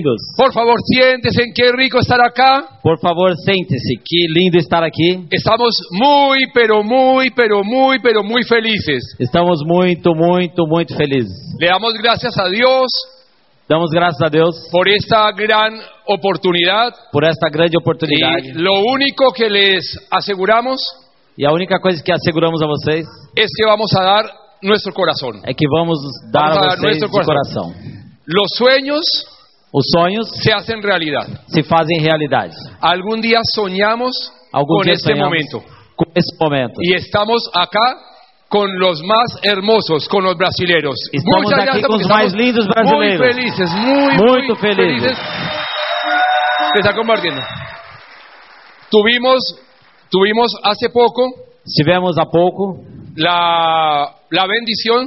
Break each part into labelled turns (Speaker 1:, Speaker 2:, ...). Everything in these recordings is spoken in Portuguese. Speaker 1: bem-vindos.
Speaker 2: Por favor, siéntense, qué rico estar acá.
Speaker 1: Por favor, sente-se. Que lindo estar aqui.
Speaker 2: Estamos muy, pero muy, pero muy, pero muy felices.
Speaker 1: Estamos muito, muito, muito felizes.
Speaker 2: Le damos gracias a Dios
Speaker 1: Damos graças a Deus
Speaker 2: por esta gran oportunidad.
Speaker 1: por esta grande
Speaker 2: Y
Speaker 1: oportunidad.
Speaker 2: lo único que les aseguramos
Speaker 1: E a única coisa que asseguramos a vocês
Speaker 2: es que vamos a dar nuestro corazón.
Speaker 1: é que vamos dar
Speaker 2: Vamos
Speaker 1: a
Speaker 2: dar
Speaker 1: vocês
Speaker 2: nosso
Speaker 1: de
Speaker 2: coração.
Speaker 1: coração.
Speaker 2: Los sueños
Speaker 1: Os sonhos
Speaker 2: se hacen realidad.
Speaker 1: se fazem realidade.
Speaker 2: Algún día soñamos
Speaker 1: Algum
Speaker 2: con
Speaker 1: dia
Speaker 2: este
Speaker 1: sonhamos
Speaker 2: momento.
Speaker 1: com esse momento.
Speaker 2: Y estamos acá con los más hermosos, con los brasileros.
Speaker 1: Estamos
Speaker 2: Muchas
Speaker 1: aquí
Speaker 2: gracias
Speaker 1: con los
Speaker 2: porque
Speaker 1: más
Speaker 2: estamos
Speaker 1: lindos
Speaker 2: Muy
Speaker 1: brasileros.
Speaker 2: felices, muy,
Speaker 1: Muy
Speaker 2: muy
Speaker 1: felices.
Speaker 2: felices. Se está compartiendo. Tuvimos, tuvimos hace poco
Speaker 1: Tivemos há pouco
Speaker 2: la, la bendición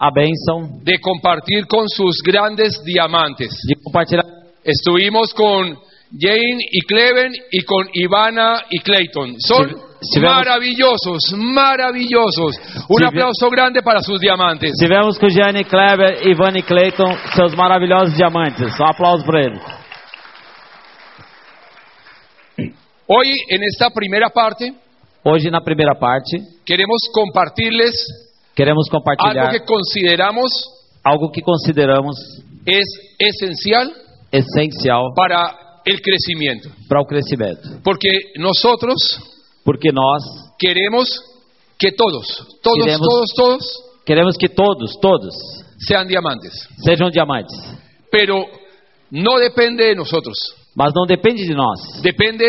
Speaker 1: a bênção
Speaker 2: de compartir con sus grandes diamantes.
Speaker 1: de compartilhar
Speaker 2: Estuvimos con Jane y Cleven y con Ivana y Clayton. Son
Speaker 1: Si- si vemos-
Speaker 2: maravillosos, maravillosos. Un
Speaker 1: Si ve-
Speaker 2: aplauso grande para sus diamantes.
Speaker 1: Estivemos com Gianni Kleber, Ivan e Clayton, seus maravilhosos diamantes. Um aplauso para eles.
Speaker 2: Hoy, en esta primera parte,
Speaker 1: Hoje, na primeira parte,
Speaker 2: queremos compartirles
Speaker 1: queremos
Speaker 2: algo
Speaker 1: compartilhar
Speaker 2: Ah, que consideramos
Speaker 1: algo que consideramos
Speaker 2: es esencial
Speaker 1: essencial
Speaker 2: para el crecimiento.
Speaker 1: para o crescimento.
Speaker 2: Porque nosotros
Speaker 1: Porque nós
Speaker 2: queremos que todos, todos,
Speaker 1: Queremos-
Speaker 2: todos, todos
Speaker 1: queremos que todos, todos,
Speaker 2: sean diamantes.
Speaker 1: sejam diamantes.
Speaker 2: Pero no depende de nosotros.
Speaker 1: Mas não depende de nós.
Speaker 2: Depende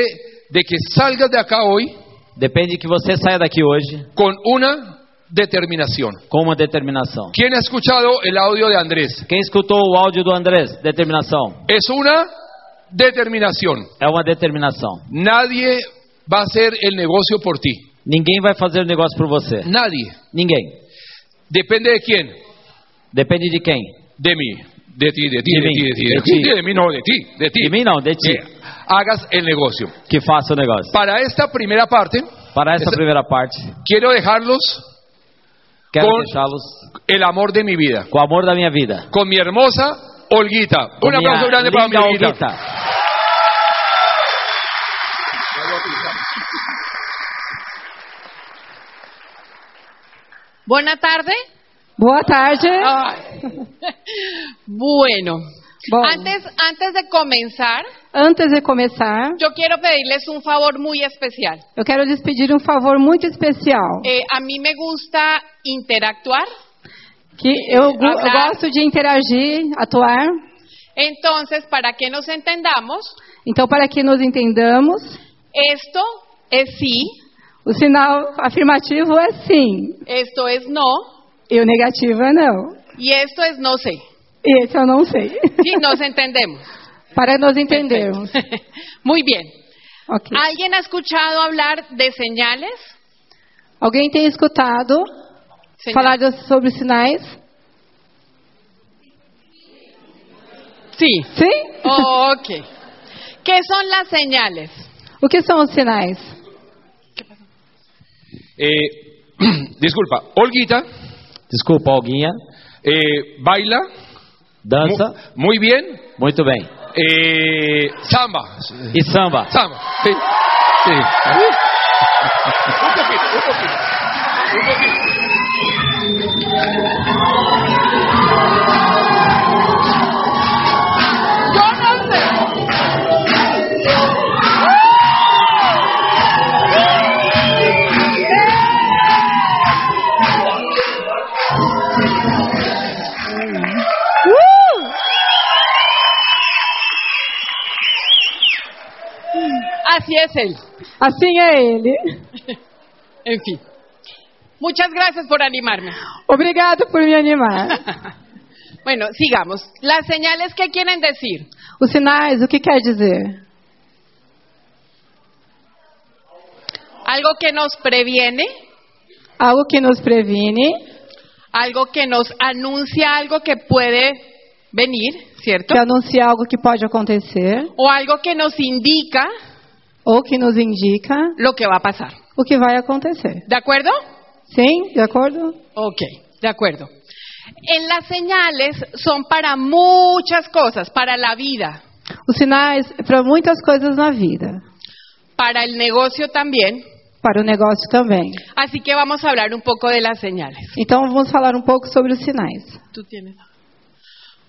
Speaker 2: de que salgas de acá hoy
Speaker 1: Depende que você saia daqui hoje
Speaker 2: con una determinación.
Speaker 1: com uma determinação.
Speaker 2: ¿Quién ha escuchado el audio de Andrés?
Speaker 1: Quem escutou o áudio do Andrés? Determinação.
Speaker 2: Es una determinación.
Speaker 1: É uma determinação.
Speaker 2: Nadie va a hacer el negocio por ti.
Speaker 1: Ninguém vai fazer o negócio por você.
Speaker 2: Nadie.
Speaker 1: Ninguém.
Speaker 2: Depende de quién.
Speaker 1: Depende de quem?
Speaker 2: De mí. De ti, de ti,
Speaker 1: De
Speaker 2: de,
Speaker 1: mim,
Speaker 2: ti, de ti,
Speaker 1: de
Speaker 2: de ti,
Speaker 1: ti.
Speaker 2: de mí, no, de ti, de ti.
Speaker 1: De mim não, de ti.
Speaker 2: Que hagas el negocio.
Speaker 1: Que faça o negócio.
Speaker 2: Para esta primera parte,
Speaker 1: Para essa
Speaker 2: Essa-
Speaker 1: primeira parte,
Speaker 2: quiero dejarlos
Speaker 1: quero
Speaker 2: Com-
Speaker 1: deixá-los
Speaker 2: el amor de mi vida.
Speaker 1: com o amor da minha vida.
Speaker 2: Con mi hermosa Olguita.
Speaker 1: Com
Speaker 2: Un Um
Speaker 1: minha
Speaker 2: aplauso grande para mi
Speaker 1: linda
Speaker 2: Olguita.
Speaker 1: Olguita.
Speaker 3: Buena tarde.
Speaker 4: Boa tarde.
Speaker 3: Ah, Bueno,
Speaker 4: Bueno.
Speaker 3: Antes, antes de comenzar,
Speaker 4: Antes de começar,
Speaker 3: yo quiero pedirles un favor muy especial.
Speaker 4: eu quero lhes pedir um favor muito especial.
Speaker 3: Eh, a mí me gusta interactuar,
Speaker 4: Que eu, go- eu
Speaker 3: Hablar.
Speaker 4: gosto de interagir, atuar.
Speaker 3: entonces para que nos entendamos,
Speaker 4: Então, para que nos entendamos,
Speaker 3: esto es sí,
Speaker 4: o sinal afirmativo é sim
Speaker 3: esto es no
Speaker 4: e o negativo é não.
Speaker 3: y esto es no sé.
Speaker 4: E esse eu não sei.
Speaker 3: Si nos entendemos.
Speaker 4: para nos entendermos.
Speaker 3: Muy bien.
Speaker 4: Ok.
Speaker 3: ¿Alguien ha escuchado hablar de señales?
Speaker 4: Alguém tem escutado
Speaker 3: Señal-
Speaker 4: falar de- sobre sinais?
Speaker 3: Sí.
Speaker 4: Sim?
Speaker 3: Oh, Ok. ¿Qué son las señales?
Speaker 4: O que são os sinais?
Speaker 2: Eh, disculpa, Olguita
Speaker 1: Desculpa, Alguinha.
Speaker 2: eh, baila mu-
Speaker 1: Dança.
Speaker 2: muy bien.
Speaker 1: Muito bem.
Speaker 2: Eh, samba.
Speaker 1: E samba.
Speaker 2: Samba. Sí, sí. Un poquito, un poquito.
Speaker 3: Yo no sé.
Speaker 4: Uh!
Speaker 3: Así es él.
Speaker 4: Assim é ele.
Speaker 3: En fin. Muchas gracias por animarme.
Speaker 4: Obrigado por me animar.
Speaker 3: Bueno, sigamos. Las señales que quieren decir.
Speaker 4: Os sinais, o que quer dizer?
Speaker 3: Algo que nos previene,
Speaker 4: Algo que nos previne,
Speaker 3: algo que nos anuncia algo que puede venir, ¿cierto?
Speaker 4: que anuncia algo que pode acontecer
Speaker 3: O algo que nos indica
Speaker 4: ou que nos indica
Speaker 3: lo que va a pasar.
Speaker 4: o que vai acontecer.
Speaker 3: ¿De acuerdo?
Speaker 4: Sim? De acordo?
Speaker 3: Ok, de acuerdo. En las señales son para muchas cosas, para la vida,
Speaker 4: Os sinais é para muitas coisas na vida,
Speaker 3: para el negocio también.
Speaker 4: para o negócio também.
Speaker 3: Así que vamos a hablar un poco de las señales.
Speaker 4: Então vamos falar um pouco sobre os sinais.
Speaker 3: Tú tienes.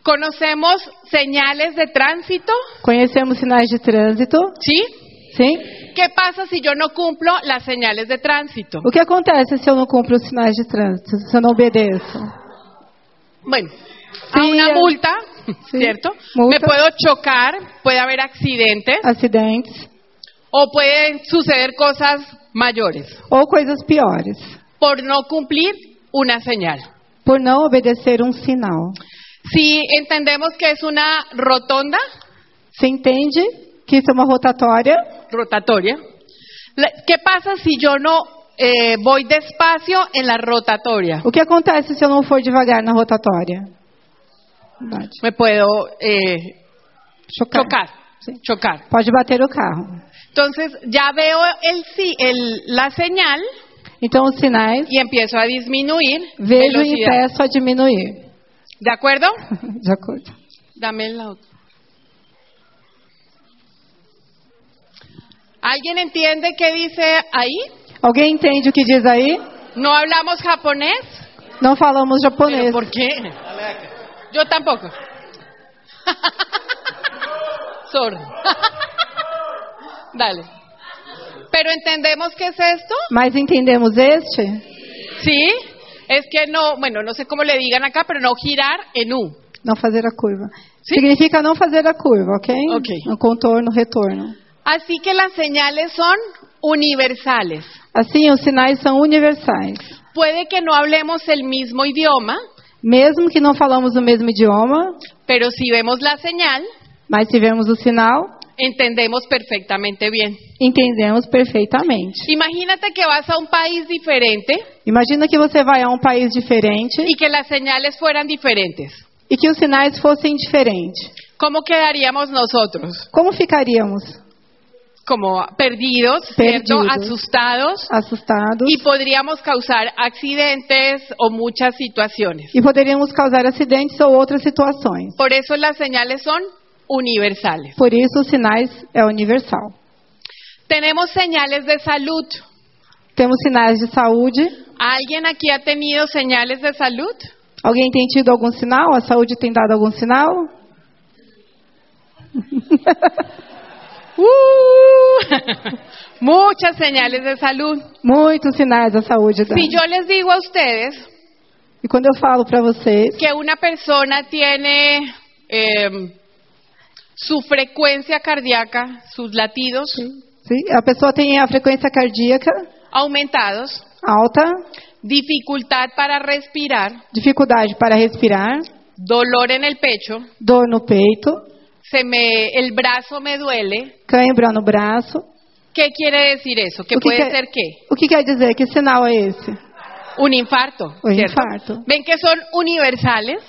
Speaker 3: Conocemos señales de tránsito,
Speaker 4: Conhecemos sinais de trânsito,
Speaker 3: ¿sí?
Speaker 4: sim?
Speaker 3: ¿Qué pasa si yo no cumplo las señales de tránsito?
Speaker 4: O que acontece se eu não cumpro os sinais de trânsito, se eu não obedeço?
Speaker 3: Bueno, a
Speaker 4: Sí,
Speaker 3: una
Speaker 4: eh,
Speaker 3: multa,
Speaker 4: sí,
Speaker 3: ¿cierto?
Speaker 4: multa.
Speaker 3: Me puedo chocar, puede haber accidentes
Speaker 4: Acidentes
Speaker 3: o pueden suceder cosas mayores
Speaker 4: ou coisas piores,
Speaker 3: por no cumplir una señal.
Speaker 4: por não obedecer um sinal.
Speaker 3: Si entendemos que es una rotonda
Speaker 4: Você entende que isso é uma rotatória?
Speaker 3: rotatoria, la- ¿qué pasa si yo no eh, voy despacio en la rotatoria?
Speaker 4: O que acontece se eu não for devagar na rotatória? Verdade.
Speaker 3: Me puedo eh,
Speaker 4: Chocar.
Speaker 3: chocar,
Speaker 4: Sim.
Speaker 3: chocar.
Speaker 4: Pode bater o carro.
Speaker 3: Entonces ya veo el, sí- el- la señal
Speaker 4: Então os sinais,
Speaker 3: y empiezo a disminuir
Speaker 4: vejo e
Speaker 3: velocidad.
Speaker 4: impeço a diminuir.
Speaker 3: ¿De acuerdo?
Speaker 4: De acordo.
Speaker 3: Dame la otra. ¿Alguien entiende qué dice ahí?
Speaker 4: Alguém entende o que diz aí?
Speaker 3: ¿No hablamos japonés?
Speaker 4: Não falamos
Speaker 3: ¿Pero
Speaker 4: japonês.
Speaker 3: por qué? Yo tampoco. Sordo. Dale. ¿Pero entendemos qué es esto?
Speaker 4: Mas entendemos este?
Speaker 3: Sí. Es que no, bueno, no sé cómo le digan acá, pero no girar en U.
Speaker 4: Não fazer a curva.
Speaker 3: Sim.
Speaker 4: Significa não fazer a curva, ok?
Speaker 3: Ok.
Speaker 4: Um contorno, retorno.
Speaker 3: Así que las señales son universales.
Speaker 4: Assim, os sinais são universais.
Speaker 3: Puede que no hablemos el mismo idioma,
Speaker 4: Mesmo que não falamos o mesmo idioma,
Speaker 3: pero si vemos la señal,
Speaker 4: mas se vemos o sinal,
Speaker 3: entendemos perfectamente bien.
Speaker 4: entendemos perfeitamente.
Speaker 3: Imagínate que vas a un país diferente
Speaker 4: Imagina que você vai a um país diferente
Speaker 3: y que las señales fueran diferentes.
Speaker 4: e que os sinais fossem diferentes.
Speaker 3: ¿Cómo quedaríamos nosotros?
Speaker 4: Como ficaríamos?
Speaker 3: Como perdidos, ¿cierto?
Speaker 4: Perdidos.
Speaker 3: Asustados
Speaker 4: Assustados
Speaker 3: y podríamos causar accidentes o muchas situaciones.
Speaker 4: e poderíamos causar acidentes ou outras situações.
Speaker 3: Por eso las señales son universales.
Speaker 4: Por isso, os sinais é universal.
Speaker 3: Tenemos señales de salud.
Speaker 4: Temos sinais de saúde.
Speaker 3: ¿Alguien aquí ha tenido señales de salud?
Speaker 4: Alguém tem tido algum sinal? A saúde tem dado algum sinal?
Speaker 3: ¡Uh! Muchas señales de salud.
Speaker 4: Muitos sinais a saúde dá.
Speaker 3: Si yo les digo a ustedes
Speaker 4: E quando eu falo para vocês
Speaker 3: que una persona tiene em, su frecuencia cardíaca, sus latidos
Speaker 4: Sim, A pessoa tem a frequência cardíaca
Speaker 3: aumentados,
Speaker 4: alta,
Speaker 3: dificultad para respirar,
Speaker 4: dificuldade para respirar,
Speaker 3: dolor en el pecho,
Speaker 4: dor no peito,
Speaker 3: se me, el brazo me duele.
Speaker 4: cãibra no braço.
Speaker 3: ¿Qué quiere decir eso? ¿Qué
Speaker 4: O que
Speaker 3: puede
Speaker 4: que-
Speaker 3: ser qué?
Speaker 4: O que quer dizer? Que sinal é esse?
Speaker 3: Un infarto.
Speaker 4: Un
Speaker 3: ¿cierto?
Speaker 4: infarto.
Speaker 3: Ven que son universales.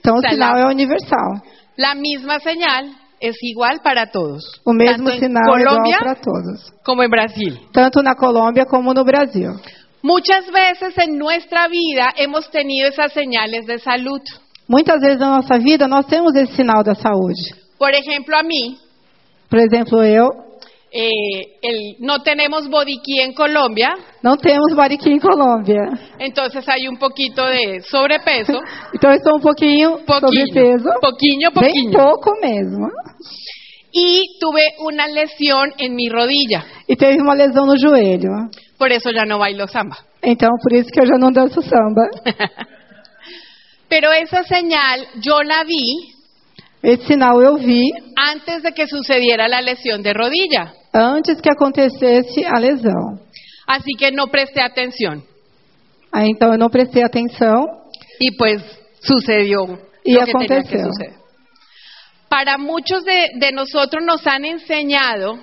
Speaker 4: Então o
Speaker 3: Sinal.
Speaker 4: sinal é universal.
Speaker 3: La misma señal es igual para todos.
Speaker 4: O mesmo
Speaker 3: tanto en
Speaker 4: sinal é
Speaker 3: Colombia
Speaker 4: igual para todos,
Speaker 3: como en Brasil.
Speaker 4: tanto na Colômbia como no Brasil.
Speaker 3: Muchas veces en nuestra vida hemos tenido esas señales de salud.
Speaker 4: Muitas vezes na nossa vida nós temos esse sinal da saúde.
Speaker 3: Por ejemplo, a mí,
Speaker 4: Por exemplo, eu
Speaker 3: eh, el- no tenemos bodiquí en Colombia,
Speaker 4: não temos mariquim em Colômbia.
Speaker 3: entonces hay un poquito de sobrepeso.
Speaker 4: Então eu estou um pouquinho,
Speaker 3: Poquinho,
Speaker 4: sobrepeso.
Speaker 3: poquinho,
Speaker 4: Bem
Speaker 3: poquinho.
Speaker 4: pouco mesmo.
Speaker 3: Y tuve una lesión en mi rodilla,
Speaker 4: E teve uma lesão no joelho.
Speaker 3: por eso ya no bailo samba.
Speaker 4: Então por isso que eu já não danço samba.
Speaker 3: Pero esa señal yo la vi
Speaker 4: Esse sinal eu vi
Speaker 3: antes de que sucediera la lesión de rodilla,
Speaker 4: antes que acontecesse a lesão.
Speaker 3: así que no presté atención.
Speaker 4: Aí, então eu não prestei atenção
Speaker 3: Y pues sucedió
Speaker 4: Y
Speaker 3: lo que tenía que
Speaker 4: aconteció.
Speaker 3: suceder. Para muchos de, de nosotros nos han enseñado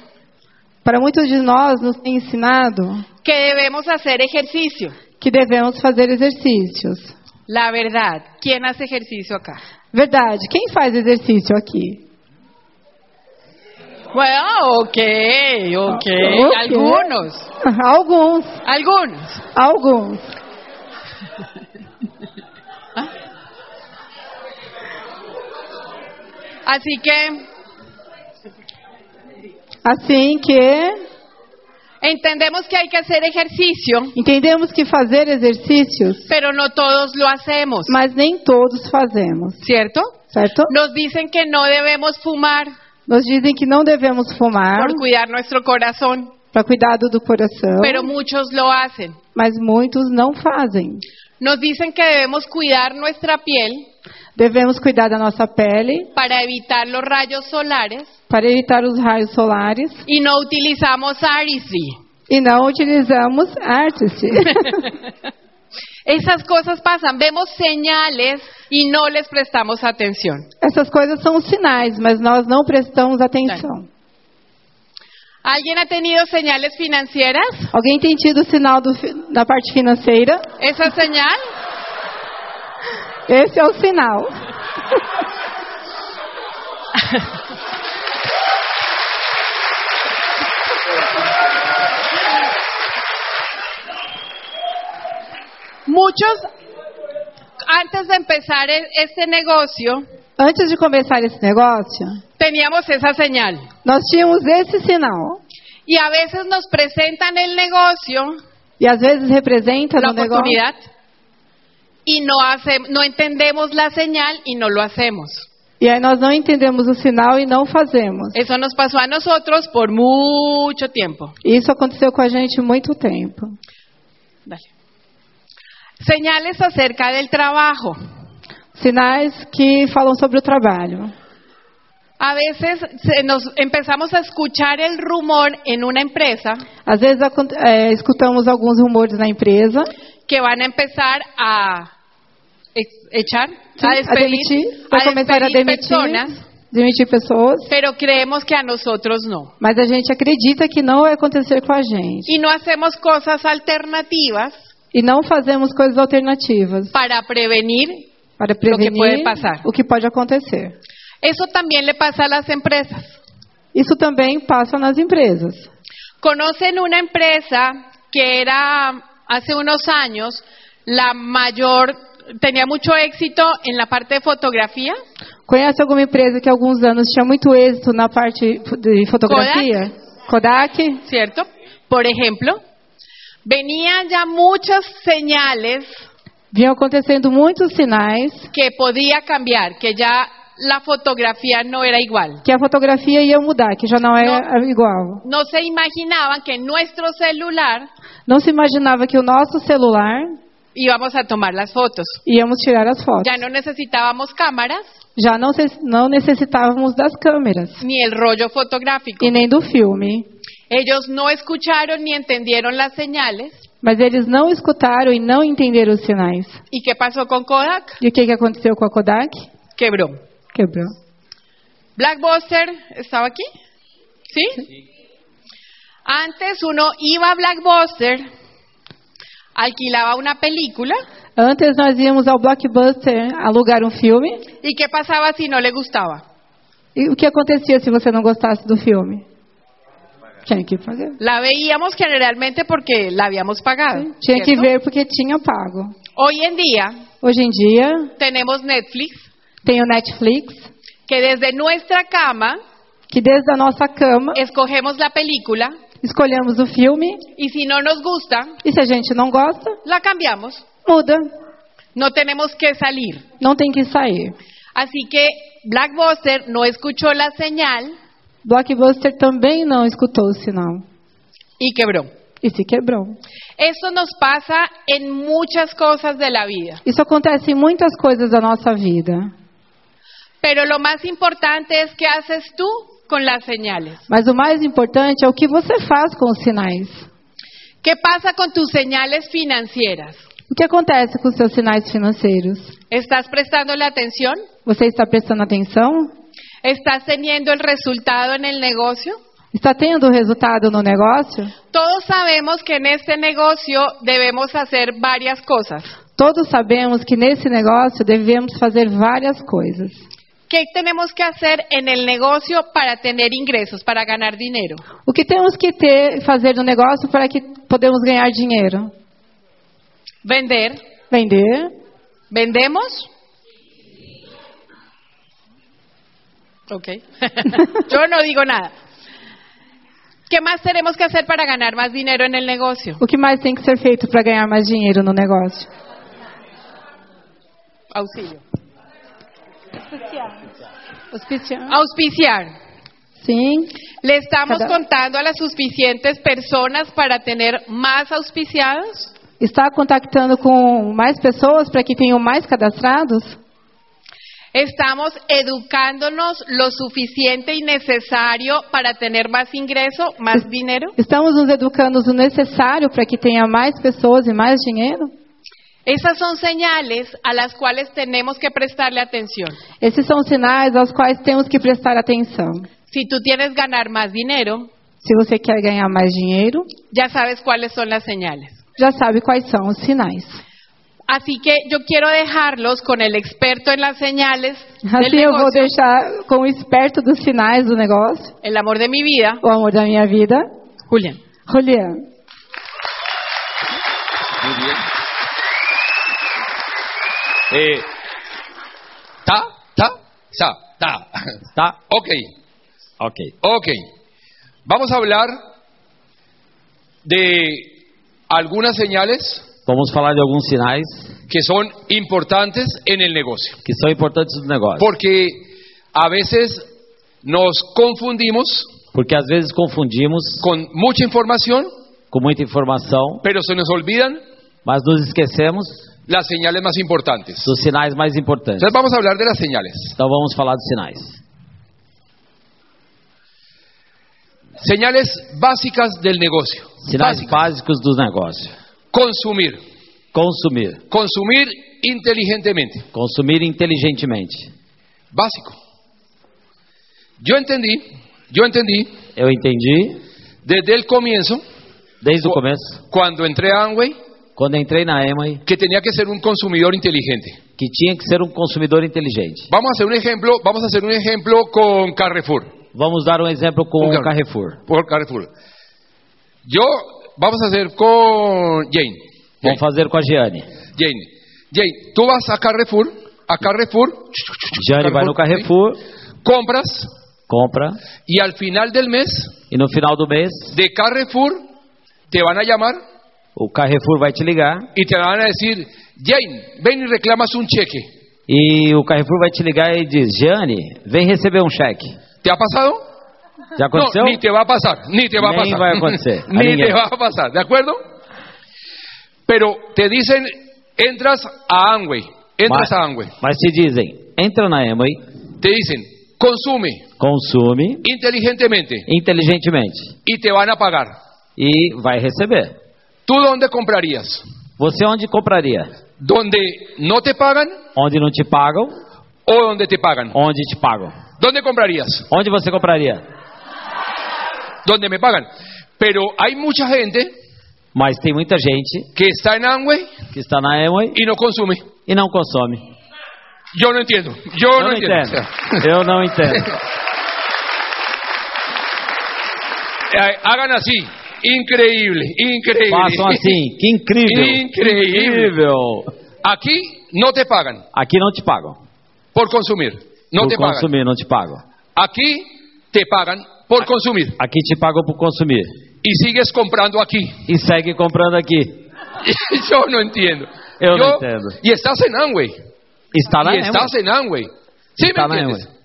Speaker 4: Para muitos de nós, nos tem ensinado
Speaker 3: que debemos hacer ejercicio.
Speaker 4: que devemos fazer exercícios.
Speaker 3: La verdad, ¿quién hace ejercicio acá?
Speaker 4: Verdade, quem faz exercício aqui?
Speaker 3: Bueno, ok, ok,
Speaker 4: Ah, Ok.
Speaker 3: algunos,
Speaker 4: Alguns,
Speaker 3: algunos.
Speaker 4: alguns.
Speaker 3: Así que
Speaker 4: Assim que
Speaker 3: entendemos que hay que hacer ejercicio,
Speaker 4: entendemos que fazer exercícios,
Speaker 3: pero no todos lo hacemos,
Speaker 4: mas nem todos fazemos,
Speaker 3: ¿cierto?
Speaker 4: certo?
Speaker 3: Nos dicen que no debemos fumar
Speaker 4: Nos dizem que não devemos fumar
Speaker 3: por cuidar nuestro corazón,
Speaker 4: para cuidado do coração,
Speaker 3: pero muchos lo hacen.
Speaker 4: mas muitos não fazem.
Speaker 3: Nos dicen que debemos cuidar nuestra piel
Speaker 4: Devemos cuidar da nossa pele
Speaker 3: para evitar los rayos solares
Speaker 4: para evitar os raios solares
Speaker 3: y no utilizamos Arizi.
Speaker 4: e não utilizamos artist.
Speaker 3: Esas cosas pasan, vemos señales y no les prestamos atención.
Speaker 4: Essas coisas são sinais, mas nós não prestamos atenção.
Speaker 3: ¿Alguien ha tenido señales financieras?
Speaker 4: Alguém tem tido sinal do fi- da parte financeira?
Speaker 3: ¿Esa señal?
Speaker 4: Esse é o sinal.
Speaker 3: Muchos, antes de empezar e- este negocio,
Speaker 4: Antes de começar esse negócio,
Speaker 3: teníamos esa señal.
Speaker 4: nós tínhamos esse sinal.
Speaker 3: Y a veces nos presentan el negocio,
Speaker 4: E às vezes representa
Speaker 3: la
Speaker 4: no negócio.
Speaker 3: oportunidad, y no, hace- no entendemos la señal y no lo hacemos.
Speaker 4: E aí nós não entendemos o sinal e não fazemos.
Speaker 3: Eso nos pasó a nosotros por mucho tiempo.
Speaker 4: Isso aconteceu com a gente muito tempo.
Speaker 3: Dale. Señales acerca del trabajo.
Speaker 4: Sinais que falam sobre o trabalho.
Speaker 3: A veces se nos empezamos a escuchar el rumor en una empresa
Speaker 4: Às vezes acon- é, escutamos alguns rumores na empresa,
Speaker 3: que van a empezar a e- echar,
Speaker 4: sim,
Speaker 3: a
Speaker 4: a
Speaker 3: despedir,
Speaker 4: demitir, vai
Speaker 3: a
Speaker 4: começar a
Speaker 3: despedir
Speaker 4: demitir,
Speaker 3: personas,
Speaker 4: demitir pessoas.
Speaker 3: pero creemos que a nosotros no.
Speaker 4: Mas a gente acredita que não vai acontecer com a gente
Speaker 3: Y no hacemos cosas alternativas
Speaker 4: e não fazemos coisas alternativas
Speaker 3: para prevenir.
Speaker 4: para
Speaker 3: que pode
Speaker 4: prevenir
Speaker 3: passar.
Speaker 4: o que pode acontecer.
Speaker 3: Eso también le pasa a las empresas.
Speaker 4: Isso também passa nas empresas.
Speaker 3: ¿Conocen una empresa que era hace unos años la mayor, tenía mucho éxito en la parte de fotografía?
Speaker 4: Conhece alguma empresa que há alguns anos tinha muito êxito na parte de fotografia? Kodak?
Speaker 3: ¿Cierto? Por ejemplo, venían ya muchas señales
Speaker 4: Vinham acontecendo muitos sinais
Speaker 3: que podía cambiar, que ya la fotografía no era igual.
Speaker 4: que a fotografia ia mudar, que já não era igual.
Speaker 3: No se imaginaban que nuestro celular
Speaker 4: Não se imaginava que o nosso celular
Speaker 3: íbamos a tomar las fotos.
Speaker 4: íamos tirar as fotos.
Speaker 3: Ya no necesitábamos cámaras
Speaker 4: Já não, se- não necessitávamos das câmeras
Speaker 3: ni el rollo fotográfico.
Speaker 4: e nem do filme.
Speaker 3: Ellos no escucharon ni entendieron las señales.
Speaker 4: Mas eles não escutaram e não entenderam os sinais.
Speaker 3: ¿Y qué pasó con Kodak?
Speaker 4: E o que, que aconteceu com a Kodak?
Speaker 3: Quebró.
Speaker 4: Quebrou.
Speaker 3: Blackbuster, ¿estaba aquí? ¿Sí? Antes uno iba a Blackbuster, alquilaba una película,
Speaker 4: Antes nós íamos ao Blockbuster alugar um filme.
Speaker 3: ¿y qué pasaba si no le gustaba?
Speaker 4: E o que acontecia se você não gostasse do filme? Tinha que fazer.
Speaker 3: La veíamos generalmente porque la habíamos pagado.
Speaker 4: Tinha que
Speaker 3: ¿cierto?
Speaker 4: ver porque tinha pago.
Speaker 3: Hoy en día
Speaker 4: Hoje em dia,
Speaker 3: tenemos Netflix,
Speaker 4: tem o Netflix,
Speaker 3: que desde nuestra cama
Speaker 4: que desde a nossa cama
Speaker 3: escogemos la película
Speaker 4: escolhemos o filme
Speaker 3: y si no nos gusta,
Speaker 4: e se a gente não gosta,
Speaker 3: la cambiamos.
Speaker 4: muda.
Speaker 3: No tenemos que salir.
Speaker 4: Não tem que sair.
Speaker 3: Así que Blackbuster no escuchó la señal
Speaker 4: Blockbuster também não escutou o sinal
Speaker 3: y quebró.
Speaker 4: e se quebrou.
Speaker 3: Eso nos pasa en muchas cosas de la vida.
Speaker 4: Isso acontece em muitas coisas da nossa vida.
Speaker 3: Pero lo más importante es qué haces tú con las señales.
Speaker 4: Mas o mais importante é o que você faz com os sinais.
Speaker 3: ¿Qué pasa con tus señales financieras?
Speaker 4: O que acontece com os seus sinais financeiros?
Speaker 3: ¿Estás prestando la atención?
Speaker 4: Você está prestando atenção?
Speaker 3: ¿Estás teniendo el resultado en el negocio?
Speaker 4: Está tendo resultado no negócio?
Speaker 3: Todos sabemos que en este negocio debemos hacer varias cosas.
Speaker 4: Todos sabemos que nesse negócio devemos fazer várias coisas.
Speaker 3: ¿Qué tenemos que hacer en el negocio para tener ingresos, para ganar dinero?
Speaker 4: O que temos que ter, fazer no negócio para que podemos ganhar dinheiro?
Speaker 3: Vender.
Speaker 4: Vender,
Speaker 3: ¿Vendemos? Ok. Yo no digo nada. ¿Qué más tenemos que hacer para ganar más dinero en el negocio?
Speaker 4: O que mais tem que ser feito para ganhar mais dinheiro no negócio?
Speaker 3: Auxilio.
Speaker 4: Auspiciar.
Speaker 3: Auspiciar.
Speaker 4: Sim.
Speaker 3: ¿Le estamos
Speaker 4: Cada-
Speaker 3: contando a las suficientes personas para tener más auspiciados?
Speaker 4: Está contactando com mais pessoas para que tenham mais cadastrados?
Speaker 3: ¿Estamos educándonos lo suficiente y necesario para tener más ingreso, más dinero?
Speaker 4: Estamos nos educando o necessário para que tenha mais pessoas e mais dinheiro?
Speaker 3: Esas son señales a las cuales tenemos que prestarle atención.
Speaker 4: Esses são sinais aos quais temos que prestar atenção.
Speaker 3: Si tú tienes ganar más dinero,
Speaker 4: Se você quer ganhar mais dinheiro,
Speaker 3: ya sabes cuáles son las señales.
Speaker 4: já sabe quais são os sinais.
Speaker 3: Así que yo quiero dejarlos con el experto en las señales del
Speaker 4: Assim eu vou
Speaker 3: negocio,
Speaker 4: deixar com o esperto dos sinais do negócio,
Speaker 3: el amor de mi vida,
Speaker 4: o amor da minha vida,
Speaker 3: Julián.
Speaker 4: Julian.
Speaker 2: Muy bien. Eh, ta, ta, sa, ta.
Speaker 1: Tá?
Speaker 2: Ok,
Speaker 1: Ok.
Speaker 2: ok. Vamos a hablar de algunas señales
Speaker 1: Vamos falar de alguns sinais
Speaker 2: que son importantes en el negocio.
Speaker 1: que são importantes no negócio.
Speaker 2: Porque a veces nos confundimos
Speaker 1: Porque às vezes confundimos
Speaker 2: con mucha información,
Speaker 1: com muita informação,
Speaker 2: pero se nos olvidan
Speaker 1: mas nos esquecemos
Speaker 2: las señales más importantes.
Speaker 1: dos sinais mais importantes.
Speaker 2: Entonces vamos a hablar de las señales.
Speaker 1: Então vamos falar dos sinais.
Speaker 2: Señales básicas del negocio.
Speaker 1: Sinais
Speaker 2: Básicas.
Speaker 1: básicos do negócio.
Speaker 2: Consumir.
Speaker 1: Consumir.
Speaker 2: Consumir inteligentemente.
Speaker 1: Consumir inteligentemente.
Speaker 2: Básico. Yo entendí, yo entendí
Speaker 1: Eu entendi
Speaker 2: desde el comienzo,
Speaker 1: desde o
Speaker 2: Cu-
Speaker 1: começo,
Speaker 2: cuando entré a Amway,
Speaker 1: quando entrei na EMA,
Speaker 2: que tenía que ser un consumidor inteligente.
Speaker 1: que tinha que ser um consumidor inteligente.
Speaker 2: Vamos a hacer un ejemplo, vamos a hacer un ejemplo con Carrefour.
Speaker 1: Vamos dar um exemplo com
Speaker 2: Con
Speaker 1: o Carrefour.
Speaker 2: Por Carrefour. Yo, vamos a hacer con Jane. Jane,
Speaker 1: Vamos fazer com a Giane.
Speaker 2: Jane, Jane, tú vas a Carrefour, a Carrefour,
Speaker 1: Giane vai no Carrefour,
Speaker 2: compras
Speaker 1: compra,
Speaker 2: y al final del mes
Speaker 1: e no final do mês,
Speaker 2: de Carrefour te van a llamar
Speaker 1: o Carrefour vai te ligar
Speaker 2: y te van a decir, Jane, ven y reclamas un cheque.
Speaker 1: e o Carrefour vai te ligar e diz: Giane, vem receber um cheque.
Speaker 2: ¿Te ha pasado?
Speaker 1: Já aconteceu?
Speaker 2: No, ni te va a pasar, ni te va a
Speaker 1: Ni
Speaker 2: pasar.
Speaker 1: va a acontecer, a
Speaker 2: ni
Speaker 1: ninguém.
Speaker 2: te va a pasar, ¿de acuerdo? Pero te dicen, entras a Amway, entras
Speaker 1: mas,
Speaker 2: a Amway.
Speaker 1: mas te dizem: entra na Amway,
Speaker 2: Te dicen, consume
Speaker 1: consume
Speaker 2: inteligentemente
Speaker 1: inteligentemente
Speaker 2: y te van a pagar.
Speaker 1: e vai receber.
Speaker 2: ¿Tú dónde comprarías?
Speaker 1: Você onde compraria?
Speaker 2: ¿Dónde no te pagan
Speaker 1: Onde não te pagam,
Speaker 2: o dónde te pagan?
Speaker 1: onde te pagam.
Speaker 2: ¿Dónde comprarías?
Speaker 1: Onde você compraria?
Speaker 2: ¿Dónde me pagan? Pero hay mucha gente
Speaker 1: Mas tem muita gente
Speaker 2: que está en Amway
Speaker 1: que está na Amway
Speaker 2: y no consume.
Speaker 1: e não consome.
Speaker 2: Yo no entiendo. Yo
Speaker 1: Eu
Speaker 2: no,
Speaker 1: não
Speaker 2: entiendo.
Speaker 1: entendo.
Speaker 2: O
Speaker 1: Eu não entendo.
Speaker 2: sea, eh, hagan así. Increíble, increíble.
Speaker 1: Façam assim, que incrível.
Speaker 2: Incrível.
Speaker 1: incrível.
Speaker 2: Aquí no te pagan
Speaker 1: Aqui não te pagam.
Speaker 2: por consumir. No
Speaker 1: por
Speaker 2: te
Speaker 1: consumir, não te pagam.
Speaker 2: pagan. Aquí te pagan por consumir.
Speaker 1: Aqui te pagam por consumir.
Speaker 2: Y sigues comprando aquí.
Speaker 1: E segue comprando aqui.
Speaker 2: Yo no entiendo.
Speaker 1: Yo no entiendo.
Speaker 2: Y estás en Amway.
Speaker 1: Está na
Speaker 2: y estás
Speaker 1: Amway.
Speaker 2: en Amway. ¿Sí
Speaker 1: Está
Speaker 2: me
Speaker 1: na
Speaker 2: entiendes?
Speaker 1: Amway.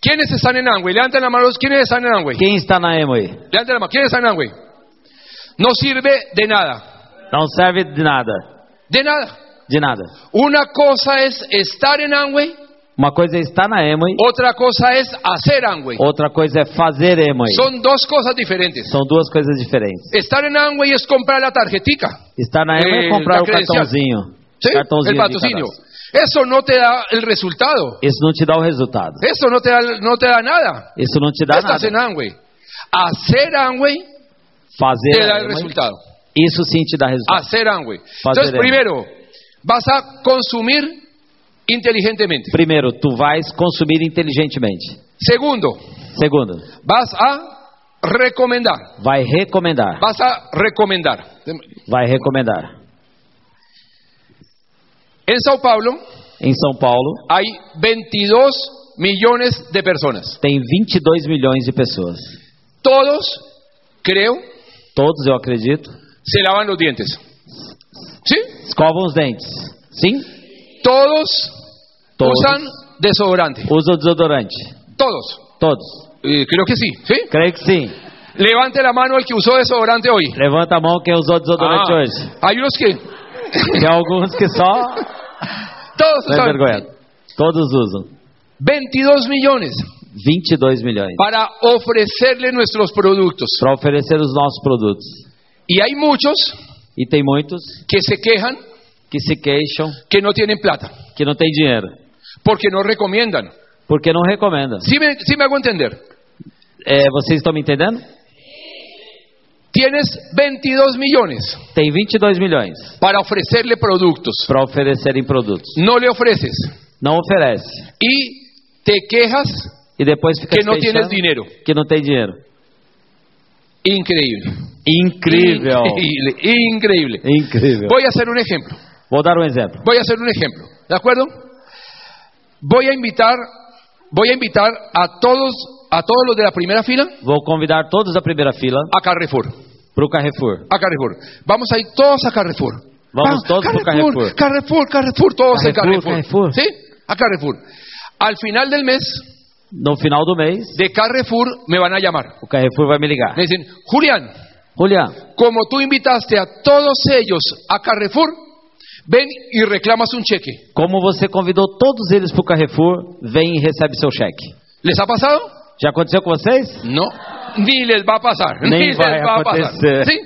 Speaker 2: ¿Quiénes están en Amway? Levanten la mano los- ¿Quiénes están en Amway?
Speaker 1: Quem está na Amway?
Speaker 2: Levanten la mano. ¿Quiénes están en Amway? No sirve de nada.
Speaker 1: Não serve de nada.
Speaker 2: De nada.
Speaker 1: De nada.
Speaker 2: Una cosa es estar en Amway,
Speaker 1: Uma coisa é estar na Amway,
Speaker 2: otra cosa es hacer Amway.
Speaker 1: outra coisa é fazer Amway.
Speaker 2: Son dos cosas diferentes.
Speaker 1: São duas coisas diferentes.
Speaker 2: Estar en Amway es comprar la tarjetica,
Speaker 1: Estar na Amway
Speaker 2: Eh,
Speaker 1: é comprar
Speaker 2: da
Speaker 1: o
Speaker 2: credencial.
Speaker 1: cartãozinho.
Speaker 2: ¿sí?
Speaker 1: Cartãozinho
Speaker 2: el
Speaker 1: de
Speaker 2: patrocinio.
Speaker 1: cadastro.
Speaker 2: Eso no te da el resultado.
Speaker 1: Isso não te dá o resultado.
Speaker 2: Eso no te da, no te da nada.
Speaker 1: Isso não te dá
Speaker 2: Estás
Speaker 1: nada.
Speaker 2: en Amway. Hacer Amway
Speaker 1: Fazer
Speaker 2: te da el
Speaker 1: Amway,
Speaker 2: resultado.
Speaker 1: Isso sim te dá resultado.
Speaker 2: Hacer Amway. Entonces,
Speaker 1: Amway.
Speaker 2: primero, vas a consumir inteligentemente.
Speaker 1: Primeiro, tu vais consumir inteligentemente.
Speaker 2: Segundo,
Speaker 1: Segundo,
Speaker 2: vas a recomendar.
Speaker 1: vai recomendar.
Speaker 2: Vas a recomendar.
Speaker 1: Vai recomendar.
Speaker 2: En Sao Paulo
Speaker 1: Em São Paulo,
Speaker 2: hay 22 millones de personas.
Speaker 1: Tem 22 milhões de pessoas.
Speaker 2: Todos, creo,
Speaker 1: Todos, eu acredito,
Speaker 2: se lavan los dientes. ¿Sí?
Speaker 1: escovam os dentes. Sim?
Speaker 2: Todos,
Speaker 1: Todos.
Speaker 2: usan desodorante.
Speaker 1: Usam desodorante.
Speaker 2: Todos.
Speaker 1: Todos.
Speaker 2: Eh, creo que sí. ¿Sí?
Speaker 1: Creio que sim.
Speaker 2: Levante la mano el que usó desodorante hoy.
Speaker 1: Levanta a mão quem usou desodorante
Speaker 2: Ah,
Speaker 1: hoje.
Speaker 2: hay unos que
Speaker 1: Tem alguns que só
Speaker 2: todos
Speaker 1: é
Speaker 2: usan
Speaker 1: vergonha. Todos usam.
Speaker 2: 22 millones
Speaker 1: 22 milhões
Speaker 2: para ofrecerle nuestros productos.
Speaker 1: para oferecer os nossos produtos.
Speaker 2: Y hay muchos
Speaker 1: E tem muitos
Speaker 2: que se quejan
Speaker 1: que se queixam
Speaker 2: que no tienen plata
Speaker 1: que não tem dinheiro,
Speaker 2: porque no recomiendan.
Speaker 1: porque não recomenda.
Speaker 2: ¿Sí me, sí me hago entender?
Speaker 1: É, vocês estão me entendendo?
Speaker 2: Tienes 22 millones
Speaker 1: Tem 22 milhões
Speaker 2: para ofrecerle productos.
Speaker 1: para oferecerem produtos.
Speaker 2: No le ofreces.
Speaker 1: Não oferece.
Speaker 2: Y te quejas.
Speaker 1: E depois fica
Speaker 2: Que
Speaker 1: se
Speaker 2: não
Speaker 1: queixando
Speaker 2: tienes dinheiro.
Speaker 1: Que não tem dinheiro.
Speaker 2: Increíble.
Speaker 1: Incrível.
Speaker 2: Increíble. Increíble.
Speaker 1: Incrível.
Speaker 2: Voy a hacer un ejemplo.
Speaker 1: Vou dar um exemplo.
Speaker 2: Voy a hacer un ejemplo, ¿de acuerdo? Voy a invitar, voy a invitar a todos, a todos los de la primera fila
Speaker 1: Vou convidar todos da primeira fila
Speaker 2: a Carrefour,
Speaker 1: para o Carrefour.
Speaker 2: a Carrefour. Vamos a ir todos a Carrefour.
Speaker 1: Vamos todos por
Speaker 2: Carrefour, Carrefour, Carrefour, todos en
Speaker 1: Carrefour,
Speaker 2: Carrefour.
Speaker 1: Carrefour.
Speaker 2: ¿Sí? A Carrefour. Al final del mes
Speaker 1: No final do mês,
Speaker 2: de Carrefour me van a llamar.
Speaker 1: o Carrefour vai me ligar.
Speaker 2: Me dicen, Julián,
Speaker 1: Julián,
Speaker 2: como tú invitaste a todos ellos a Carrefour, ven y reclamas un cheque.
Speaker 1: como você convidou todos eles para o Carrefour, vem e recebe seu cheque.
Speaker 2: ¿Les ha pasado?
Speaker 1: Já aconteceu com vocês?
Speaker 2: No, ni les va a pasar,
Speaker 1: Ni
Speaker 2: ni, este. les
Speaker 1: vaya
Speaker 2: va
Speaker 1: a
Speaker 2: a pasar.
Speaker 1: acontecer.
Speaker 2: ¿sí?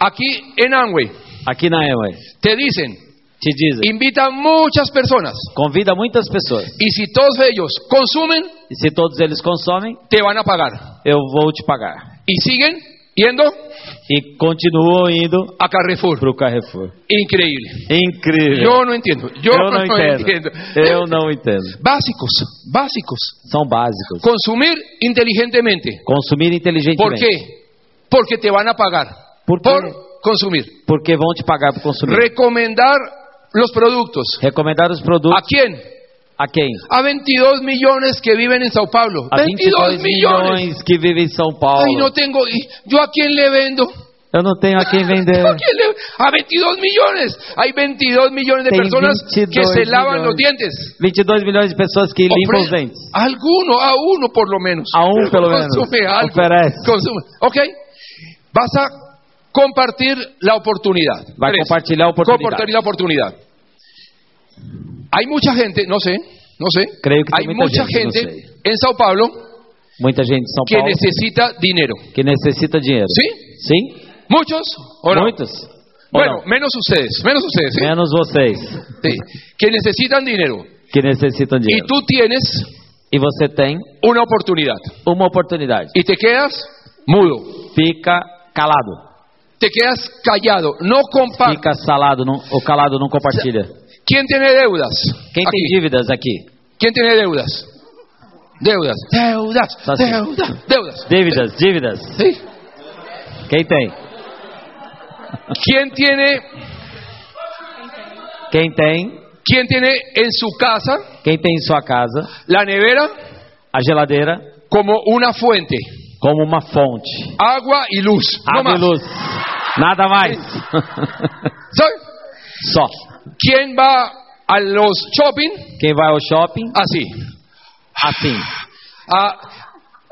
Speaker 2: Aquí en Angway
Speaker 1: Aqui na Amway.
Speaker 2: te dicen,
Speaker 1: Te dizem,
Speaker 2: invita a muchas personas
Speaker 1: convida muitas pessoas.
Speaker 2: y si todos ellos consumen,
Speaker 1: E se todos eles consomem,
Speaker 2: te van a pagar.
Speaker 1: eu vou te pagar.
Speaker 2: Y siguen yendo
Speaker 1: E continuam indo
Speaker 2: a Carrefour.
Speaker 1: para o Carrefour.
Speaker 2: Increíble.
Speaker 1: Incrível.
Speaker 2: Yo no entiendo, yo,
Speaker 1: Eu não entendo. Eu não entendo.
Speaker 2: Básicos, básicos.
Speaker 1: São básicos.
Speaker 2: Consumir inteligentemente.
Speaker 1: Consumir
Speaker 2: ¿Por
Speaker 1: inteligentemente.
Speaker 2: qué? Porque te van a pagar
Speaker 1: ¿Por
Speaker 2: por,
Speaker 1: qué?
Speaker 2: consumir.
Speaker 1: Porque vão te pagar para consumir.
Speaker 2: Recomendar los productos.
Speaker 1: Recomendar os
Speaker 2: ¿A
Speaker 1: produtos
Speaker 2: quién?
Speaker 1: a quem?
Speaker 2: a 22 millones que viven en Sao Paulo.
Speaker 1: A 22
Speaker 2: millones.
Speaker 1: milhões que vivem em São Paulo.
Speaker 2: Ay, no tengo. y ¿Yo a quién le vendo?
Speaker 1: Eu não tenho a quem vender.
Speaker 2: ¿Yo a, quién le- a 22 millones. Hay 22 millones de
Speaker 1: Tem
Speaker 2: personas
Speaker 1: 22
Speaker 2: que se lavan
Speaker 1: milhões.
Speaker 2: los dientes.
Speaker 1: 22 milhões de pessoas que limpam os
Speaker 2: Ofre-
Speaker 1: dentes.
Speaker 2: Alguno, a uno por lo menos.
Speaker 1: A un por lo menos.
Speaker 2: Consume algo.
Speaker 1: Ofrece.
Speaker 2: Consume. Ok. Vas a compartir la oportunidad.
Speaker 1: Va a compartir la oportunidad.
Speaker 2: Compartir la oportunidad. Hay mucha gente, no sé, no sé.
Speaker 1: Creo que
Speaker 2: hay
Speaker 1: mucha
Speaker 2: mucha
Speaker 1: gente, no
Speaker 2: gente,
Speaker 1: sé.
Speaker 2: en Sao Paulo
Speaker 1: Muita gente de São
Speaker 2: que
Speaker 1: Paulo
Speaker 2: necesita dinero.
Speaker 1: que necessita dinheiro.
Speaker 2: Sim?
Speaker 1: Sim?
Speaker 2: Muchos, ¿o no?
Speaker 1: Muitos? Ou
Speaker 2: Bueno,
Speaker 1: não?
Speaker 2: menos ustedes, menos ustedes, ¿sí?
Speaker 1: Menos vocês
Speaker 2: Sí, Que necesitan dinero.
Speaker 1: que necessitam
Speaker 2: Y
Speaker 1: dinheiro.
Speaker 2: tú tienes
Speaker 1: E você tem
Speaker 2: una oportunidad.
Speaker 1: uma oportunidade.
Speaker 2: Y te quedas mudo.
Speaker 1: Fica calado.
Speaker 2: Te quedas callado. No compartes.
Speaker 1: Fica salado, não, o calado não compartilha.
Speaker 2: ¿Quién tiene deudas?
Speaker 1: Quem tem
Speaker 2: Aquí.
Speaker 1: dívidas aqui?
Speaker 2: ¿Quién tiene deudas? Deudas. Deudas.
Speaker 1: Fácil.
Speaker 2: Deudas. Deudas.
Speaker 1: Dívidas, dívidas.
Speaker 2: ¿Sí?
Speaker 1: Quem tem?
Speaker 2: ¿Quién tiene,
Speaker 1: Quem tem?
Speaker 2: ¿Quién tiene en su casa
Speaker 1: Quem tem em sua casa
Speaker 2: la nevera
Speaker 1: a geladeira
Speaker 2: como una fuente?
Speaker 1: como uma fonte?
Speaker 2: Agua y luz. No
Speaker 1: Água e
Speaker 2: más.
Speaker 1: luz. Nada mais.
Speaker 2: ¿Sabe?
Speaker 1: Só.
Speaker 2: ¿Quién va a los shopping?
Speaker 1: Quem vai ao shopping,
Speaker 2: Así,
Speaker 1: assim,
Speaker 2: a, a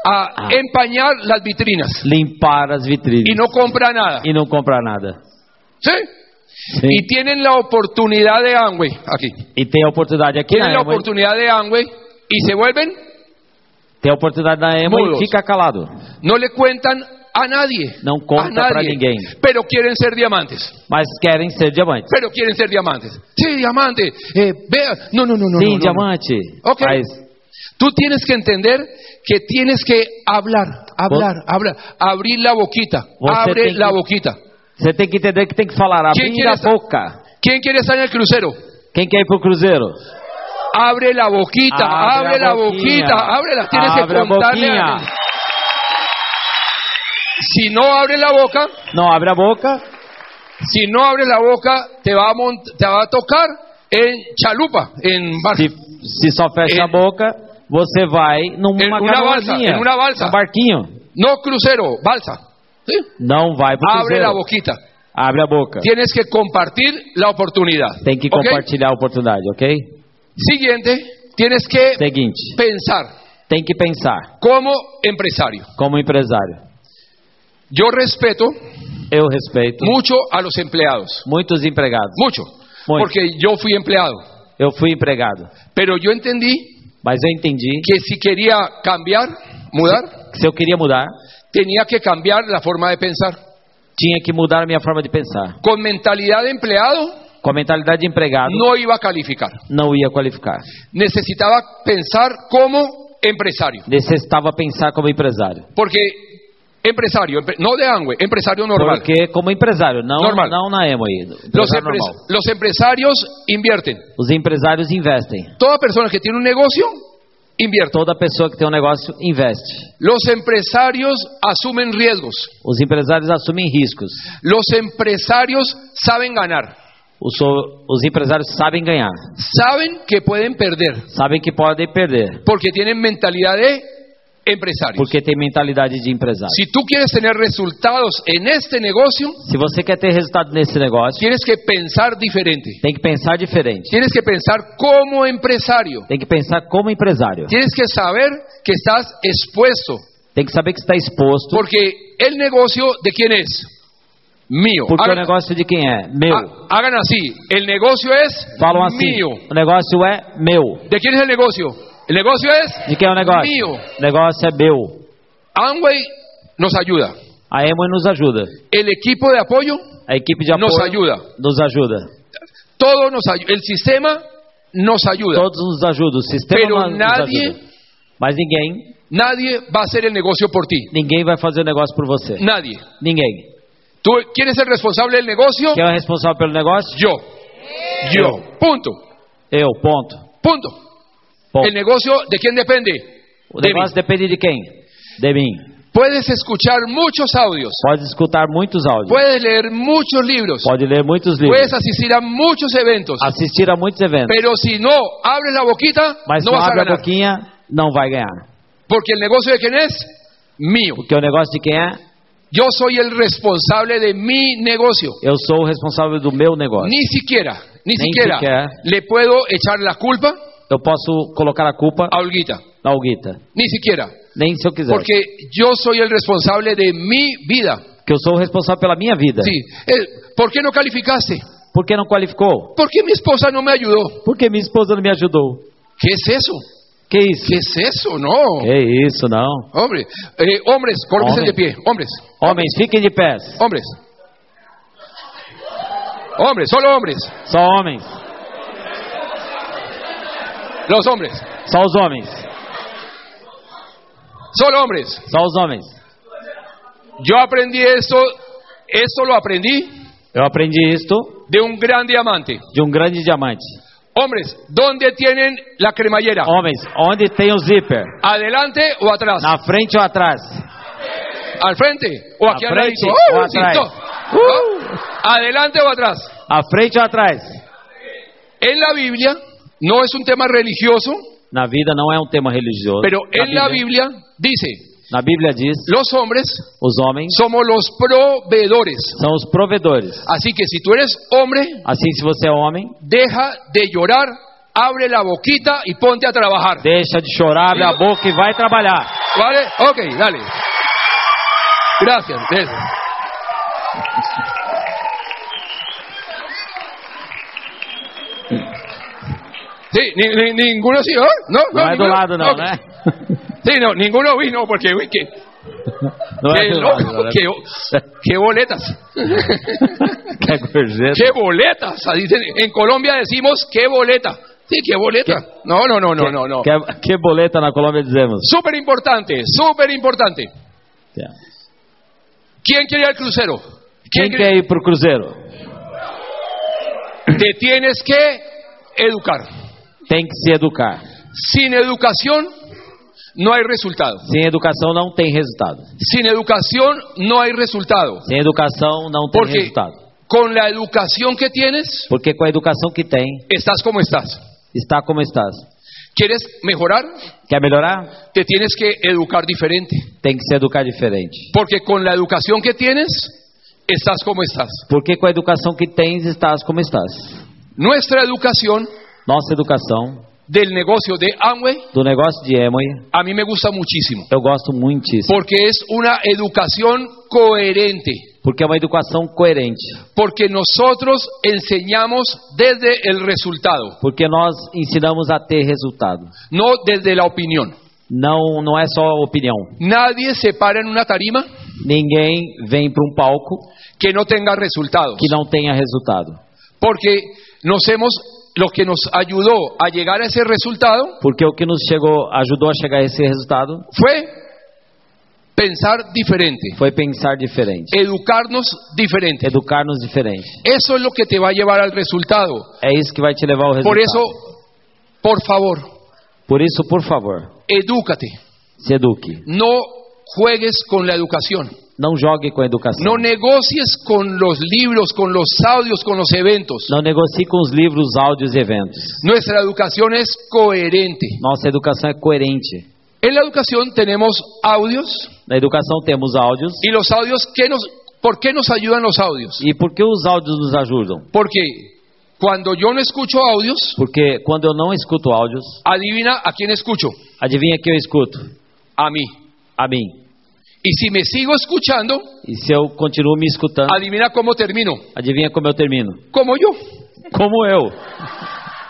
Speaker 1: Ah.
Speaker 2: empañar las vitrinas
Speaker 1: limpar as
Speaker 2: y
Speaker 1: vitrines
Speaker 2: no compra nada.
Speaker 1: e não comprar nada.
Speaker 2: ¿Sí?
Speaker 1: Sim.
Speaker 2: Y tienen la oportunidad de Amway, aquí.
Speaker 1: E tem a oportunidade aqui
Speaker 2: Tienen
Speaker 1: na
Speaker 2: la
Speaker 1: Emo.
Speaker 2: oportunidade de Amway y se vuelven,
Speaker 1: Tem a oportunidade na Emo e
Speaker 2: Mudos.
Speaker 1: fica calado.
Speaker 2: no le cuentan a nadie.
Speaker 1: Não conta
Speaker 2: a nadie,
Speaker 1: pra ninguém.
Speaker 2: Pero quieren ser diamantes.
Speaker 1: Mas querem ser diamantes.
Speaker 2: Pero quieren ser diamantes. Sí, diamante. eh, vea. No, no, no, no. no,
Speaker 1: Sim,
Speaker 2: no.
Speaker 1: diamante.
Speaker 2: Ok.
Speaker 1: Mas
Speaker 2: Tú tienes que entender que tienes que hablar, hablar, hablar, abrir la boquita,
Speaker 1: Vos
Speaker 2: abre
Speaker 1: tenés que-
Speaker 2: la boquita.
Speaker 1: você tem que entender que tem que falar.
Speaker 2: Quem
Speaker 1: Abrir
Speaker 2: quer
Speaker 1: a
Speaker 2: essa-
Speaker 1: boca.
Speaker 2: ¿Quién quiere estar en el crucero?
Speaker 1: Quem quer ir pro cruzeiro?
Speaker 2: Abre la boquita, abre, la
Speaker 1: boquinha.
Speaker 2: boquita, ábrela, tienes
Speaker 1: Abre
Speaker 2: que
Speaker 1: a
Speaker 2: contarle. a-
Speaker 1: boquinha.
Speaker 2: Si no abre la boca,
Speaker 1: Não, abre a boca.
Speaker 2: si no abre la boca, te va a, mont- te va a tocar en chalupa, en bar-
Speaker 1: Se, se só fecha
Speaker 2: Eh,
Speaker 1: a boca, você vai
Speaker 2: Em
Speaker 1: numa
Speaker 2: uma balsa,
Speaker 1: carruazinha,
Speaker 2: em uma balsa.
Speaker 1: num barquinho.
Speaker 2: No crucero, balsa. ¿sí?
Speaker 1: Não vai pro
Speaker 2: Abre
Speaker 1: cruzeiro.
Speaker 2: la boquita.
Speaker 1: Abre a boca.
Speaker 2: Tienes que compartir la oportunidad.
Speaker 1: Tem que
Speaker 2: ¿ok?
Speaker 1: compartilhar a oportunidade, ok?
Speaker 2: Siguiente, tienes que
Speaker 1: Seguinte,
Speaker 2: pensar
Speaker 1: tem que pensar
Speaker 2: como empresario.
Speaker 1: como empresário.
Speaker 2: Yo respeto
Speaker 1: Eu respeito
Speaker 2: mucho a los empleados,
Speaker 1: muitos empregados.
Speaker 2: mucho,
Speaker 1: Muy.
Speaker 2: porque yo fui empleado,
Speaker 1: Eu fui empregado,
Speaker 2: pero yo entendí
Speaker 1: mas eu entendi
Speaker 2: que si quería cambiar, mudar,
Speaker 1: que se eu queria mudar,
Speaker 2: tenía que cambiar la forma de pensar.
Speaker 1: tinha que mudar a minha forma de pensar.
Speaker 2: Con mentalidad de empleado
Speaker 1: Com a mentalidade de empregado,
Speaker 2: no iba a calificar.
Speaker 1: não ia qualificar.
Speaker 2: Necesitaba pensar como empresario,
Speaker 1: Necessitava pensar como empresário.
Speaker 2: porque empresario, empre- no de Angüe, empresario normal.
Speaker 1: Porque como empresário, não,
Speaker 2: Normal.
Speaker 1: não na emo aí.
Speaker 2: Los,
Speaker 1: empresário
Speaker 2: empres-
Speaker 1: normal.
Speaker 2: los empresarios invierten.
Speaker 1: Os empresários investem.
Speaker 2: Toda persona que tiene un negocio invierte.
Speaker 1: Toda pessoa que tem um negócio investe.
Speaker 2: Los empresarios asumen riesgos.
Speaker 1: Os empresários assumem riscos.
Speaker 2: Los empresarios saben ganar.
Speaker 1: Os, so- os empresários sabem ganhar,
Speaker 2: Saben que pueden perder
Speaker 1: sabem que podem perder,
Speaker 2: porque tienen mentalidad de empresarios.
Speaker 1: porque tem mentalidade de empresário.
Speaker 2: Si tú quieres tener resultados en este negocio,
Speaker 1: Se você quer ter resultado nesse negócio,
Speaker 2: tienes que pensar diferente.
Speaker 1: tem que pensar diferente.
Speaker 2: Tienes que pensar como empresario.
Speaker 1: Tem que pensar como empresário.
Speaker 2: Tienes que saber que estás expuesto
Speaker 1: Tem que saber que está exposto,
Speaker 2: porque el negocio de quién es? Mío.
Speaker 1: porque o
Speaker 2: Hagan-
Speaker 1: negócio de quem é? Meu.
Speaker 2: Ha- Hagan así, el negocio es
Speaker 1: Falam assim,
Speaker 2: mío.
Speaker 1: o negócio é meu.
Speaker 2: ¿De quién es el negocio? El negocio es
Speaker 1: De quem é o negócio?
Speaker 2: mío.
Speaker 1: O negócio é meu.
Speaker 2: Amway nos ayuda.
Speaker 1: A Emo nos ajuda.
Speaker 2: El equipo de apoyo
Speaker 1: A equipe de apoio
Speaker 2: nos ayuda.
Speaker 1: nos ajuda.
Speaker 2: Todo nos ayu- El sistema nos ayuda.
Speaker 1: Todos nos ajudam. O sistema
Speaker 2: Pero
Speaker 1: nos
Speaker 2: nadie-
Speaker 1: ajuda. Mas ninguém,
Speaker 2: Nadie va a hacer el negocio por ti.
Speaker 1: ninguém vai fazer o negócio por você.
Speaker 2: Nadie.
Speaker 1: Ninguém.
Speaker 2: ¿Tú, ¿Quién es el responsable del negocio?
Speaker 1: Quem é o responsável pelo negócio?
Speaker 2: Yo. Yo. Punto.
Speaker 1: Eu, ponto.
Speaker 2: Punto.
Speaker 1: ponto.
Speaker 2: ¿El negocio de quién depende?
Speaker 1: O negócio depende de quem? De mim.
Speaker 2: Puedes escuchar muchos audios.
Speaker 1: Pode escutar muitos áudios.
Speaker 2: Puedes leer muchos libros.
Speaker 1: Pode ler muitos livros.
Speaker 2: Puedes asistir a muchos eventos.
Speaker 1: Assistir a muitos eventos.
Speaker 2: Pero si no abres la boquita,
Speaker 1: Mas
Speaker 2: no
Speaker 1: não
Speaker 2: vas a
Speaker 1: abre a
Speaker 2: ganar.
Speaker 1: boquinha, não vai ganhar.
Speaker 2: Porque el negocio de quién es? Mío.
Speaker 1: Porque o negócio de quem é?
Speaker 2: Yo soy el responsable de mi negocio.
Speaker 1: Eu sou o responsável do meu negócio.
Speaker 2: Ni siquiera, ni,
Speaker 1: Ni
Speaker 2: siquiera,
Speaker 1: siquiera.
Speaker 2: le puedo echar la culpa
Speaker 1: Eu posso colocar a culpa
Speaker 2: a Olguita.
Speaker 1: na Alguita.
Speaker 2: Ni siquiera.
Speaker 1: Nem se eu quiser.
Speaker 2: Porque yo soy el responsable de mi vida.
Speaker 1: Porque eu sou o responsável pela minha vida.
Speaker 2: Sí. Eh, ¿Por qué no calificaste?
Speaker 1: Por que não qualificou?
Speaker 2: ¿Por qué mi esposa no me ayudó?
Speaker 1: Porque minha esposa não me ajudou.
Speaker 2: ¿Qué es eso?
Speaker 1: Que isso?
Speaker 2: ¿Qué es eso? No.
Speaker 1: Que isso, não.
Speaker 2: Hombre, Eh, hombres, colóquense
Speaker 1: Hombre.
Speaker 2: de pie. Hombres,
Speaker 1: Homens, fiquem de pés.
Speaker 2: hombres. Hombres, solo hombres.
Speaker 1: Só homens.
Speaker 2: Los hombres.
Speaker 1: Só os homens.
Speaker 2: Solo hombres.
Speaker 1: Só os homens.
Speaker 2: Yo aprendí esto, esto lo aprendí
Speaker 1: Eu aprendi isto
Speaker 2: de un gran diamante.
Speaker 1: de um grande diamante.
Speaker 2: Hombres, ¿dónde tienen la cremallera?
Speaker 1: Homens, onde tem o zíper?
Speaker 2: ¿Adelante o atrás?
Speaker 1: Na frente ou atrás?
Speaker 2: ¿Al frente o aquí
Speaker 1: ¿A
Speaker 2: al
Speaker 1: frente
Speaker 2: ladito?
Speaker 1: o
Speaker 2: ¡Oh,
Speaker 1: atrás?
Speaker 2: listo! ¿Ah? ¿Adelante o atrás?
Speaker 1: À frente ou atrás?
Speaker 2: En la Biblia, no es un tema religioso,
Speaker 1: Na vida não é um tema religioso.
Speaker 2: pero
Speaker 1: na,
Speaker 2: en la Biblia dice,
Speaker 1: na Bíblia diz:
Speaker 2: los hombres
Speaker 1: os homens
Speaker 2: somos los proveedores.
Speaker 1: são os provedores.
Speaker 2: Así que si tú eres hombre,
Speaker 1: Assim, se você é homem,
Speaker 2: deja de llorar, abre la boquita y ponte a trabajar.
Speaker 1: deixa de chorar, abre a boca e vai trabalhar.
Speaker 2: ¿Vale? Ok, dale. Gracias. gracias. Sí, ni- ni- ninguno sí, ¿eh? No, no,
Speaker 1: Não é do
Speaker 2: ninguno.
Speaker 1: lado, não,
Speaker 2: Ok.
Speaker 1: né?
Speaker 2: Sí, no, ninguno vino porque uy, qué,
Speaker 1: Não
Speaker 2: qué
Speaker 1: é do lado.
Speaker 2: loco,
Speaker 1: não, né?
Speaker 2: qué, bo- qué boletas.
Speaker 1: Que gorjeta.
Speaker 2: qué boletas. Ah, dicen, en Colombia decimos qué boleta. Sí, qué boleta. No, no, no, no, no, no.
Speaker 1: Que, que boleta na Colômbia dizemos.
Speaker 2: Súper importante, súper importante. ¿Quién quiere ir al crucero?
Speaker 1: Quem quer ir pro cruzeiro?
Speaker 2: Te tienes que educar.
Speaker 1: Tem que se educar.
Speaker 2: Sin educación no hay resultado.
Speaker 1: Sem educação não tem resultado.
Speaker 2: Sin educación no hay resultado.
Speaker 1: Sem educação não tem
Speaker 2: Porque
Speaker 1: resultado.
Speaker 2: con la educación que tienes,
Speaker 1: Porque com a educação que tem,
Speaker 2: estás como estás.
Speaker 1: está como estás.
Speaker 2: ¿Quieres mejorar?
Speaker 1: Quer melhorar?
Speaker 2: Te tienes que educar diferente.
Speaker 1: Tem que se educar diferente.
Speaker 2: Porque con la educación que tienes, estás como estás.
Speaker 1: Porque com a educação que tens, estás como estás.
Speaker 2: Nuestra educación
Speaker 1: Nossa educação
Speaker 2: del negocio de Amway
Speaker 1: do negócio de Emoy,
Speaker 2: a mí me gusta muchísimo.
Speaker 1: eu gosto muitíssimo.
Speaker 2: Porque es una educación coherente.
Speaker 1: Porque é uma educação coerente.
Speaker 2: Porque nosotros enseñamos desde el resultado,
Speaker 1: Porque nós ensinamos a ter resultado.
Speaker 2: no desde la opinión.
Speaker 1: Não, não é só opinião.
Speaker 2: Nadie se para en una tarima
Speaker 1: Ninguém vem para um palco
Speaker 2: que no tenga resultados.
Speaker 1: que não tenha resultado.
Speaker 2: Porque nos hemos, lo que nos ayudó a llegar a ese resultado
Speaker 1: Porque o que nos chegou, ajudou a chegar a esse resultado
Speaker 2: fue pensar diferente,
Speaker 1: foi pensar diferente,
Speaker 2: educarnos diferente.
Speaker 1: educar-nos diferente.
Speaker 2: Eso es lo que te va a llevar al resultado.
Speaker 1: É isso que vai te levar ao resultado.
Speaker 2: Por eso, por favor,
Speaker 1: Por isso, por favor,
Speaker 2: edúcate.
Speaker 1: se eduque.
Speaker 2: No juegues con la educación.
Speaker 1: Não jogue com a educação.
Speaker 2: No negocies con los libros, con los audios, con los eventos.
Speaker 1: Não negocie com os livros, áudios e eventos.
Speaker 2: Nuestra educación es coherente.
Speaker 1: Nossa educação é coerente.
Speaker 2: En la educación tenemos audios
Speaker 1: Na educação temos áudios.
Speaker 2: y los audios ¿qué nos ¿por qué nos ayudan los audios?
Speaker 1: E por que os áudios nos ajudam?
Speaker 2: Porque cuando yo no escucho audios,
Speaker 1: Porque quando eu não escuto áudios,
Speaker 2: adivina a quién escucho.
Speaker 1: adivinha que eu escuto?
Speaker 2: A mí.
Speaker 1: A mim.
Speaker 2: Y si me sigo escuchando,
Speaker 1: E se eu continuo me escutando,
Speaker 2: adivina cómo termino.
Speaker 1: adivinha como eu termino?
Speaker 2: Como yo.
Speaker 1: Como eu.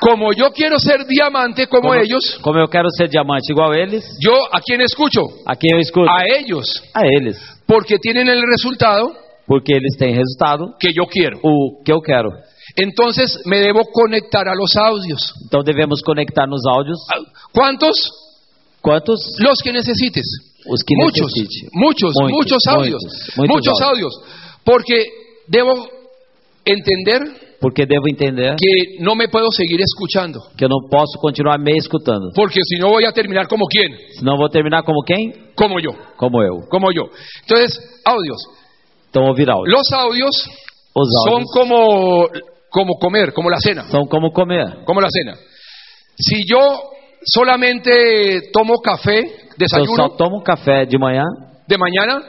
Speaker 2: Como yo quiero ser diamante como ellos,
Speaker 1: como eu quero ser diamante igual eles,
Speaker 2: yo a quién escucho?
Speaker 1: a quem eu escuto?
Speaker 2: A ellos,
Speaker 1: A eles.
Speaker 2: porque tienen el resultado
Speaker 1: Porque eles têm resultado,
Speaker 2: que yo quiero.
Speaker 1: o que eu quero.
Speaker 2: Entonces me debo conectar a los audios.
Speaker 1: Então devemos conectar nos áudios
Speaker 2: ¿Cuántos?
Speaker 1: quantos?
Speaker 2: Los que necesites.
Speaker 1: Os que
Speaker 2: muchos,
Speaker 1: necesite.
Speaker 2: muchos, muchos, audios.
Speaker 1: Muitos,
Speaker 2: Muchos,
Speaker 1: muitos
Speaker 2: audios. Porque debo entender
Speaker 1: Porque devo entender
Speaker 2: que no me puedo seguir escuchando.
Speaker 1: que eu não posso continuar me escutando.
Speaker 2: Porque si no voy a terminar como quién.
Speaker 1: Senão eu vou terminar como quem?
Speaker 2: Como yo.
Speaker 1: Como eu.
Speaker 2: Como yo. Entonces, audios.
Speaker 1: Então ouvir áudio.
Speaker 2: Los audios
Speaker 1: Os
Speaker 2: son
Speaker 1: áudios
Speaker 2: como, como comer, como la cena.
Speaker 1: são como comer.
Speaker 2: Como la cena. Si yo solamente tomo café,
Speaker 1: Se eu só
Speaker 2: desayuno
Speaker 1: tomo café de manhã,
Speaker 2: de mañana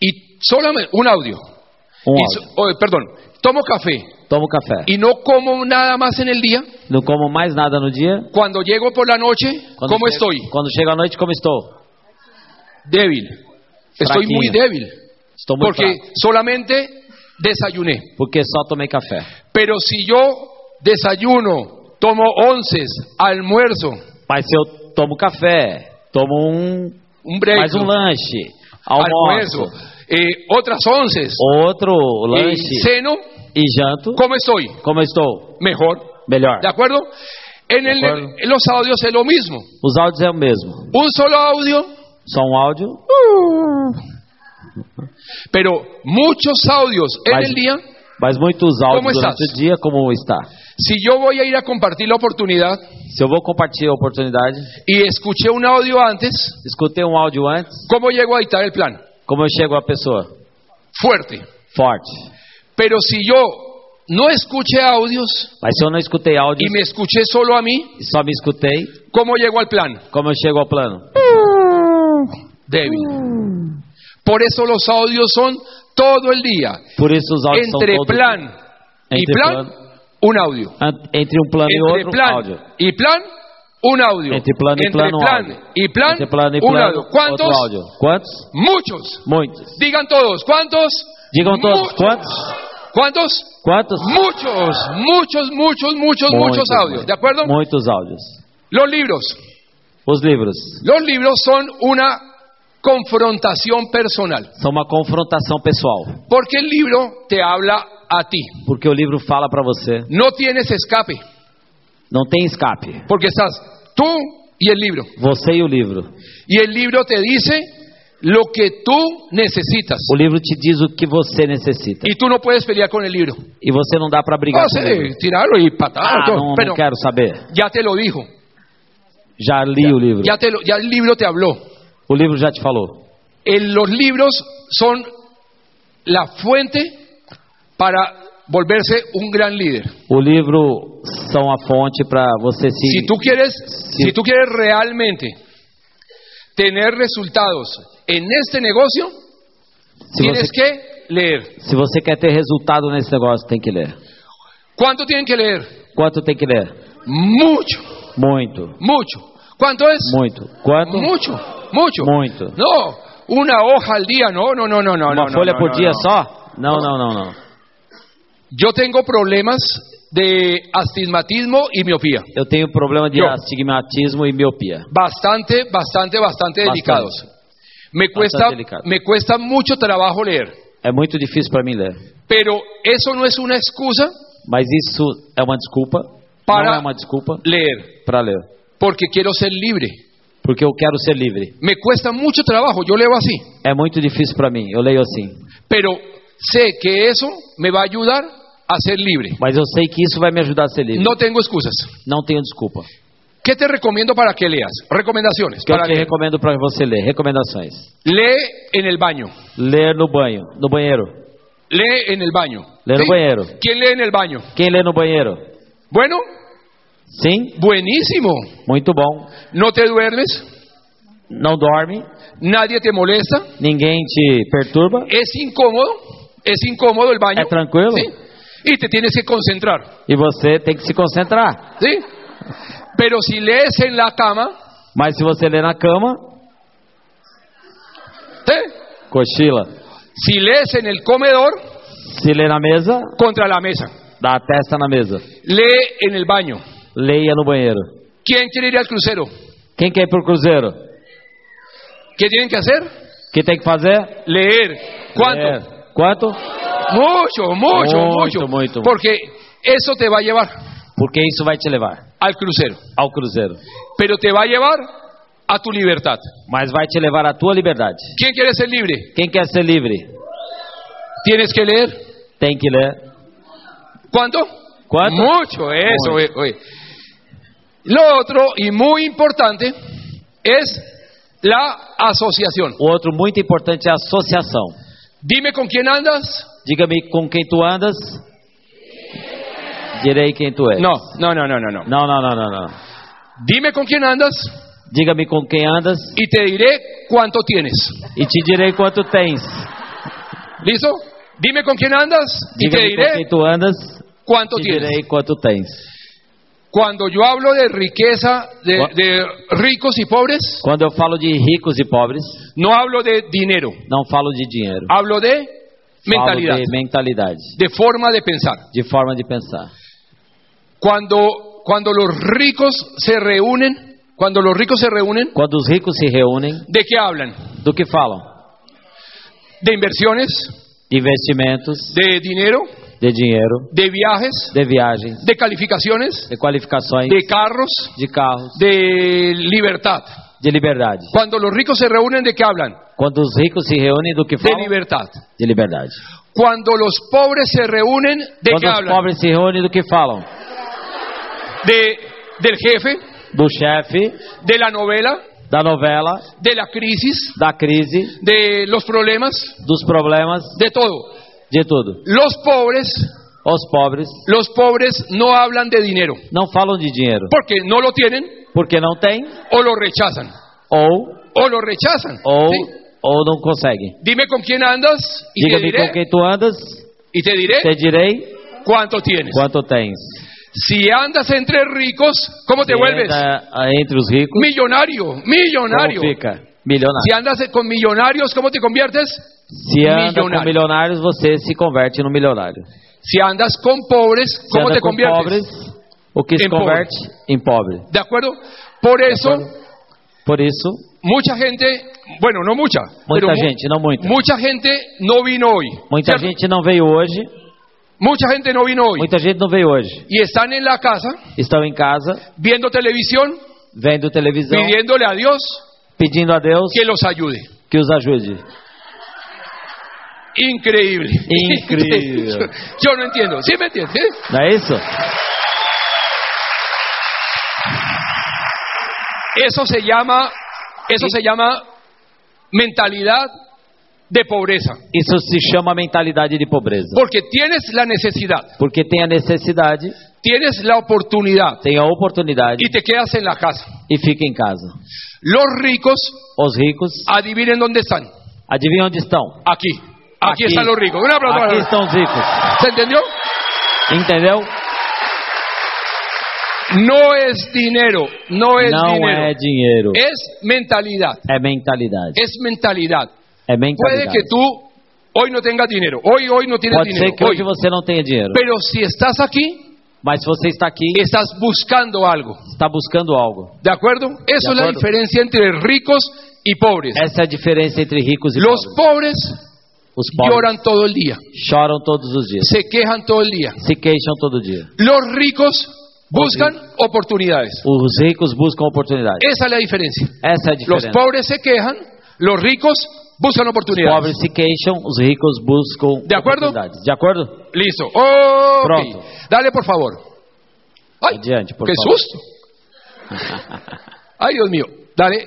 Speaker 2: y solamente un audio.
Speaker 1: um
Speaker 2: Y
Speaker 1: áudio.
Speaker 2: so- oh, perdón, tomo café
Speaker 1: Tomo café.
Speaker 2: y no como nada más en el día.
Speaker 1: Não como mais nada no dia.
Speaker 2: Cuando llego por la noche,
Speaker 1: Quando
Speaker 2: ¿cómo
Speaker 1: chego-
Speaker 2: estoy?
Speaker 1: Quando chego à noite, como estou?
Speaker 2: Débil. Estoy
Speaker 1: Fraquinho.
Speaker 2: muy débil
Speaker 1: Estou muito
Speaker 2: porque
Speaker 1: fraco,
Speaker 2: solamente desayuné.
Speaker 1: porque só tomei café.
Speaker 2: Pero si yo desayuno, tomo onces, almuerzo,
Speaker 1: Mas se eu tomo café, tomo um,
Speaker 2: un break,
Speaker 1: mais um lanche, almoço,
Speaker 2: almuerzo, eh, otras onces,
Speaker 1: outro
Speaker 2: y
Speaker 1: lanche
Speaker 2: ceno,
Speaker 1: e janto,
Speaker 2: ¿cómo estoy?
Speaker 1: como eu estou?
Speaker 2: Mejor.
Speaker 1: Melhor.
Speaker 2: ¿De acuerdo? En, el-
Speaker 1: De acuerdo.
Speaker 2: en los audios es lo mismo.
Speaker 1: Os áudios é o mesmo.
Speaker 2: Un solo audio,
Speaker 1: Só um áudio,
Speaker 2: pero muchos audios en
Speaker 1: Mas-
Speaker 2: el día.
Speaker 1: mas muitos áudios
Speaker 2: Como
Speaker 1: durante
Speaker 2: estás?
Speaker 1: o dia, como está.
Speaker 2: Si yo voy a ir a compartir la oportunidad
Speaker 1: Se eu vou compartilhar a oportunidade,
Speaker 2: y escuché un audio antes,
Speaker 1: escutei um áudio antes,
Speaker 2: ¿cómo llego a editar el plan?
Speaker 1: como eu chego à pessoa?
Speaker 2: Fuerte.
Speaker 1: Forte.
Speaker 2: Pero si yo no escuché audios
Speaker 1: Mas se eu não escutei áudio
Speaker 2: y me escuché solo a mí,
Speaker 1: e só me escutei,
Speaker 2: ¿cómo llego al plan?
Speaker 1: como eu chego ao plano?
Speaker 2: Débil. Por eso los audios son todo el día.
Speaker 1: Por isso os áudios são
Speaker 2: Entre
Speaker 1: todos...
Speaker 2: plan y
Speaker 1: Entre
Speaker 2: plan, un audio.
Speaker 1: Ant- Entre um plano e
Speaker 2: Entre
Speaker 1: outro, áudio.
Speaker 2: plan y plan, un audio.
Speaker 1: Entre plano e
Speaker 2: Entre
Speaker 1: plano,
Speaker 2: plan
Speaker 1: áudio.
Speaker 2: y plan,
Speaker 1: Entre plano e
Speaker 2: un
Speaker 1: plano,
Speaker 2: audio. ¿Cuántos?
Speaker 1: outro áudio. Quantos?
Speaker 2: Muchos.
Speaker 1: Muitos.
Speaker 2: Digan todos, ¿cuántos?
Speaker 1: Digam todos,
Speaker 2: Muchos.
Speaker 1: quantos?
Speaker 2: ¿Cuántos?
Speaker 1: Quantos?
Speaker 2: Muchos, muchos, muchos, muchos, muchos audios, ¿de acuerdo?
Speaker 1: Muitos áudios.
Speaker 2: Los libros.
Speaker 1: Os livros
Speaker 2: Los libros son una confrontación personal,
Speaker 1: são uma confrontação pessoal,
Speaker 2: porque el libro te habla a ti.
Speaker 1: porque o livro fala pra você,
Speaker 2: No tienes escape,
Speaker 1: não tem escape.
Speaker 2: porque estás tú y el libro.
Speaker 1: Você e o livro.
Speaker 2: Y el libro te dice lo que tú necesitas.
Speaker 1: O livro te diz o que você necessita
Speaker 2: Y tú no puedes pelear con el libro.
Speaker 1: e você não dá pra brigar
Speaker 2: Ah,
Speaker 1: com
Speaker 2: sí,
Speaker 1: o livro.
Speaker 2: tirarlo y patarlo,
Speaker 1: Ah,
Speaker 2: todo,
Speaker 1: não,
Speaker 2: pero
Speaker 1: não quero saber.
Speaker 2: ya te lo dijo,
Speaker 1: Já li o livro.
Speaker 2: ya, te lo- ya el libro te habló.
Speaker 1: O livro já te falou.
Speaker 2: El- los libros son la fuente para volverse un gran líder.
Speaker 1: O livro são a fonte para você se.
Speaker 2: Si tú quieres, si tú quieres realmente tener resultados en este negocio,
Speaker 1: se,
Speaker 2: tienes
Speaker 1: você
Speaker 2: que leer.
Speaker 1: se você quer ter resultado nesse negócio, tem que ler.
Speaker 2: ¿Cuánto tienen que leer?
Speaker 1: Quanto tem que ler?
Speaker 2: Mucho,
Speaker 1: Muito.
Speaker 2: mucho. ¿Cuánto es?
Speaker 1: Muito. Quanto?
Speaker 2: Mucho, mucho.
Speaker 1: Muito.
Speaker 2: No, una hoja al día, no, no, no, no, no.
Speaker 1: Uma
Speaker 2: no,
Speaker 1: folha
Speaker 2: no,
Speaker 1: por
Speaker 2: no,
Speaker 1: dia
Speaker 2: no.
Speaker 1: só? Não, não, não, não.
Speaker 2: Yo tengo problemas de astigmatismo y miopía.
Speaker 1: Eu tenho problema de
Speaker 2: Eu.
Speaker 1: astigmatismo e miopia.
Speaker 2: Bastante, bastante, bastante delicados. Me cuesta,
Speaker 1: delicado.
Speaker 2: me cuesta mucho trabajo leer,
Speaker 1: É muito difícil para mim ler.
Speaker 2: pero eso no es una excusa
Speaker 1: Mas isso é uma desculpa.
Speaker 2: Para-
Speaker 1: Não é uma desculpa
Speaker 2: leer,
Speaker 1: para ler.
Speaker 2: porque quiero ser libre.
Speaker 1: Porque eu quero ser livre.
Speaker 2: Me cuesta mucho trabajo, yo leo así,
Speaker 1: É muito difícil para mim. Eu leio assim.
Speaker 2: pero sé que eso me va a ayudar a ser libre.
Speaker 1: Mas eu sei que isso vai me ajudar a ser livre.
Speaker 2: No tengo excusas.
Speaker 1: Não tenho desculpa. O
Speaker 2: ¿Qué te recomiendo para que leas? Recomendaciones.
Speaker 1: que eu
Speaker 2: Para
Speaker 1: te
Speaker 2: leer.
Speaker 1: recomendo para você ler? Recomendações.
Speaker 2: Lee en el baño.
Speaker 1: Ler no banho, no banheiro.
Speaker 2: Lee en el baño.
Speaker 1: Lee en el
Speaker 2: ¿Sí?
Speaker 1: bañero.
Speaker 2: ¿Quién lee en el baño?
Speaker 1: Quem lê no banheiro?
Speaker 2: Bueno,
Speaker 1: Sim,
Speaker 2: buenísimo.
Speaker 1: muito bom.
Speaker 2: No te duermes,
Speaker 1: Não dorme,
Speaker 2: nadie te molesta,
Speaker 1: ninguém te perturba,
Speaker 2: es incómodo, es incómodo el baño.
Speaker 1: é tranquilo
Speaker 2: ¿sí? Y te tienes que concentrar,
Speaker 1: e você tem que se concentrar.
Speaker 2: ¿sí? Pero si lees en la cama,
Speaker 1: Mas se você lê na cama,
Speaker 2: ¿sí?
Speaker 1: cochila.
Speaker 2: si lees en el comedor,
Speaker 1: Se lê na mesa,
Speaker 2: contra la mesa.
Speaker 1: dá a testa na mesa.
Speaker 2: Lee en el baño.
Speaker 1: Leia no banheiro.
Speaker 2: ¿Quién quiere ir al crucero?
Speaker 1: Quem quer ir pro cruzeiro? O
Speaker 2: ¿Qué tienen que hacer?
Speaker 1: que tem que fazer?
Speaker 2: Leer. ¿Cuánto?
Speaker 1: Ler. Quanto?
Speaker 2: Mucho, mucho,
Speaker 1: Muito,
Speaker 2: mucho.
Speaker 1: muito.
Speaker 2: Porque eso te va a llevar
Speaker 1: Porque isso vai te levar
Speaker 2: al crucero,
Speaker 1: ao cruzeiro.
Speaker 2: pero te va a llevar a tu libertad.
Speaker 1: Mas vai te levar à tua liberdade.
Speaker 2: ¿Quién quiere ser libre?
Speaker 1: Quem quer ser livre?
Speaker 2: Tienes que leer.
Speaker 1: Tem que ler.
Speaker 2: ¿Cuánto?
Speaker 1: ¿Cuánto?
Speaker 2: Mucho, eso.
Speaker 1: Mucho.
Speaker 2: eh, oye. Lo otro y muy importante es la asociación.
Speaker 1: O Um outro muito importante é a associação.
Speaker 2: Dime con quién andas.
Speaker 1: Diga-me com quem tu andas. Direi quem tu és.
Speaker 2: No, no, no, no, no, no.
Speaker 1: Não, não, não, não, não.
Speaker 2: Dime con quién andas
Speaker 1: Diga-me com quem andas
Speaker 2: y te diré cuánto tienes.
Speaker 1: e te direi quanto tens.
Speaker 2: ¿Listo? Dime con quién andas y te
Speaker 1: Diga-me com quem
Speaker 2: diré
Speaker 1: tu andas
Speaker 2: cuánto
Speaker 1: e
Speaker 2: tienes.
Speaker 1: direi quanto tens.
Speaker 2: Cuando yo hablo de riqueza, de,
Speaker 1: Gua-
Speaker 2: de ricos y pobres,
Speaker 1: Quando eu falo de ricos e pobres,
Speaker 2: no hablo de dinero,
Speaker 1: não falo de dinheiro.
Speaker 2: hablo de mentalidad,
Speaker 1: Falo de mentalidade,
Speaker 2: de forma de pensar.
Speaker 1: de forma de pensar.
Speaker 2: Cuando, cuando los ricos se reúnen, cuando los ricos se reúnen,
Speaker 1: Quando os ricos se reúnem,
Speaker 2: ¿de qué hablan?
Speaker 1: do que falam?
Speaker 2: De inversiones,
Speaker 1: De investimentos,
Speaker 2: de dinero,
Speaker 1: de dinheiro,
Speaker 2: de viajes,
Speaker 1: de viagens,
Speaker 2: de calificaciones,
Speaker 1: de qualificações,
Speaker 2: de carros,
Speaker 1: de carros,
Speaker 2: de libertad.
Speaker 1: de liberdade.
Speaker 2: Cuando los ricos se reúnen, ¿de qué hablan?
Speaker 1: Quando os ricos se reúnem, do que
Speaker 2: De
Speaker 1: falam?
Speaker 2: libertad.
Speaker 1: De liberdade.
Speaker 2: Cuando los pobres se reúnen, ¿de
Speaker 1: Quando
Speaker 2: qué
Speaker 1: os
Speaker 2: hablan?
Speaker 1: pobres se reúnem, do que falam?
Speaker 2: De, del jefe,
Speaker 1: Do chefe,
Speaker 2: de la novela,
Speaker 1: da novela,
Speaker 2: de la crisis,
Speaker 1: da crise,
Speaker 2: de los problemas,
Speaker 1: dos problemas,
Speaker 2: de todo.
Speaker 1: de tudo.
Speaker 2: Los pobres,
Speaker 1: Os pobres
Speaker 2: los pobres no hablan de dinero,
Speaker 1: não falam de dinheiro,
Speaker 2: porque no lo tienen
Speaker 1: porque não tem,
Speaker 2: o lo rechazan.
Speaker 1: ou,
Speaker 2: O lo rechazan.
Speaker 1: ou,
Speaker 2: ¿sí?
Speaker 1: ou não conseguem.
Speaker 2: Dime con quién andas y te,
Speaker 1: Diga-me
Speaker 2: diré,
Speaker 1: com quem tu andas,
Speaker 2: y te diré
Speaker 1: te direi
Speaker 2: cuánto tienes.
Speaker 1: quanto tens.
Speaker 2: Si andas entre ricos, ¿cómo te
Speaker 1: Se
Speaker 2: vuelves?
Speaker 1: anda, ah, entre os ricos,
Speaker 2: Millonario,
Speaker 1: como
Speaker 2: millonario.
Speaker 1: fica?
Speaker 2: Si
Speaker 1: Milionário.
Speaker 2: andas con millonarios, ¿cómo te conviertes?
Speaker 1: Se anda com
Speaker 2: milionário.
Speaker 1: milionários, você se converte no milionário.
Speaker 2: Si andas con pobres,
Speaker 1: Se
Speaker 2: ¿cómo
Speaker 1: anda
Speaker 2: te
Speaker 1: com
Speaker 2: conviertes?
Speaker 1: pobres, o que se
Speaker 2: Em pobre.
Speaker 1: converte em pobre.
Speaker 2: ¿De acuerdo? Por eso,
Speaker 1: Por isso,
Speaker 2: mucha gente, bueno, no mucha,
Speaker 1: muita
Speaker 2: pero mu-
Speaker 1: gente, não muita.
Speaker 2: mucha gente no vino hoy.
Speaker 1: Muita
Speaker 2: ¿cierto?
Speaker 1: gente não veio hoje,
Speaker 2: Mucha gente no vino hoy.
Speaker 1: muita gente não veio hoje.
Speaker 2: Y están en la casa
Speaker 1: Estão em casa,
Speaker 2: viendo televisión,
Speaker 1: vendo televisão,
Speaker 2: pidiéndole a Dios
Speaker 1: pedindo a Deus
Speaker 2: que los ayude.
Speaker 1: que os ajude.
Speaker 2: Increíble.
Speaker 1: Increíble.
Speaker 2: Yo, yo no entiendo. ¿Sí me entiendes? ¿Eh?
Speaker 1: Não é isso?
Speaker 2: Eso se llama, eso se llama mentalidad de pobreza.
Speaker 1: Isso se chama mentalidade de pobreza.
Speaker 2: Porque tienes la necesidad,
Speaker 1: Porque tem a necessidade,
Speaker 2: tienes la oportunidad
Speaker 1: tem a oportunidade
Speaker 2: y te quedas en la casa.
Speaker 1: e fica em casa.
Speaker 2: Los ricos,
Speaker 1: Os ricos,
Speaker 2: adivinen dónde están.
Speaker 1: adivinha onde estão?
Speaker 2: Aquí. Aquí, están los ricos. Un aplauso.
Speaker 1: Aqui estão os ricos.
Speaker 2: ¿Se entendió?
Speaker 1: Entendeu?
Speaker 2: No es dinero, no es
Speaker 1: Não
Speaker 2: dinero.
Speaker 1: é dinheiro,
Speaker 2: Es mentalidad.
Speaker 1: é mentalidade.
Speaker 2: Es mentalidad.
Speaker 1: É
Speaker 2: Puede que
Speaker 1: mentalidade.
Speaker 2: tú hoy no tengas dinero. Hoy, hoy no tienes
Speaker 1: Pode ser
Speaker 2: dinero.
Speaker 1: que hoje
Speaker 2: hoy.
Speaker 1: você não tenha dinheiro,
Speaker 2: Pero si estás aquí,
Speaker 1: mas se você está aqui,
Speaker 2: estás buscando algo.
Speaker 1: está buscando algo.
Speaker 2: ¿De acuerdo? Eso es la
Speaker 1: acuerdo.
Speaker 2: diferencia entre ricos y pobres.
Speaker 1: Essa é a diferença entre ricos e
Speaker 2: Los
Speaker 1: pobres.
Speaker 2: pobres
Speaker 1: Os pobres
Speaker 2: lloran todo el día,
Speaker 1: choram todos os dias,
Speaker 2: se quejan todo el día.
Speaker 1: se queixam todo dia.
Speaker 2: Los ricos buscan oportunidades.
Speaker 1: Os ricos buscam oportunidade.
Speaker 2: Esa es la diferencia.
Speaker 1: Essa é a
Speaker 2: Los
Speaker 1: diferença.
Speaker 2: pobres se quejan, los ricos buscan
Speaker 1: Os
Speaker 2: oportunidades.
Speaker 1: pobres se queixam, os ricos buscam
Speaker 2: De acordo?
Speaker 1: oportunidades. De acordo?
Speaker 2: Listo. Ok.
Speaker 1: Pronto.
Speaker 2: Dale, por favor. Ay,
Speaker 1: Adiante, por
Speaker 2: qué
Speaker 1: favor.
Speaker 2: susto. Ay, Dios mío. Dale.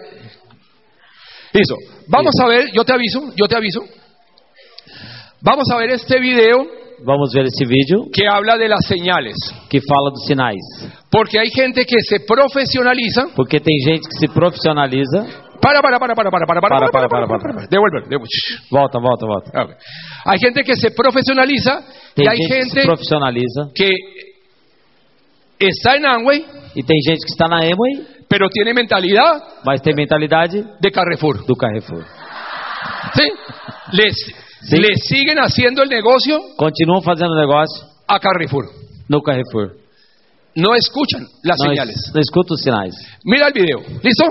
Speaker 2: Listo. Vamos a ver, yo te aviso, yo te aviso. Vamos a ver este video
Speaker 1: Vamos ver esse vídeo
Speaker 2: que habla de las señales.
Speaker 1: que fala dos sinais.
Speaker 2: Porque hay gente que se profesionaliza.
Speaker 1: Porque tem gente que se profissionaliza.
Speaker 2: Para, para, para, para, para, para, para,
Speaker 1: Para,
Speaker 2: para,
Speaker 1: para,
Speaker 2: para,
Speaker 1: para,
Speaker 2: para,
Speaker 1: para.
Speaker 2: Devuélvelo, devuélvelo. Shh.
Speaker 1: Volta, volta, volta.
Speaker 2: A ver. Hay gente que se profesionaliza y
Speaker 1: Tem
Speaker 2: hay
Speaker 1: gente que
Speaker 2: gente
Speaker 1: se profissionaliza.
Speaker 2: que está en Amway,
Speaker 1: E tem gente que está na Emoi,
Speaker 2: pero tiene mentalidad
Speaker 1: mas tem mentalidade
Speaker 2: de Carrefour.
Speaker 1: do Carrefour.
Speaker 2: ¿Sí? Les,
Speaker 1: Sí.
Speaker 2: les siguen haciendo el negocio
Speaker 1: Continuam fazendo negócio
Speaker 2: a Carrefour.
Speaker 1: no Carrefour.
Speaker 2: No escuchan las
Speaker 1: Não,
Speaker 2: señales.
Speaker 1: es- não escuta os sinais.
Speaker 2: Mira el video. ¿Listo?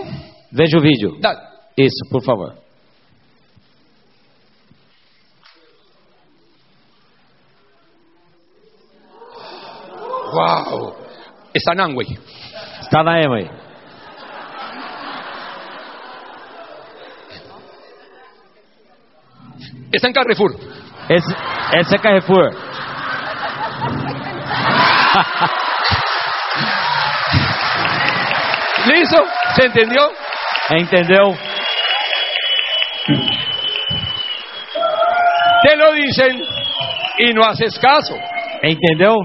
Speaker 1: Veja o vídeo.
Speaker 2: Dale.
Speaker 1: Isso, por favor.
Speaker 2: ¡Wow! Está en Amway.
Speaker 1: Está na Emoi.
Speaker 2: Está en Carrefour.
Speaker 1: Esse, esse é Carrefour.
Speaker 2: ¿Listo? ¿Se entendió?
Speaker 1: Entendeu?
Speaker 2: Te lo dicen y no haces caso.
Speaker 1: Entendeu?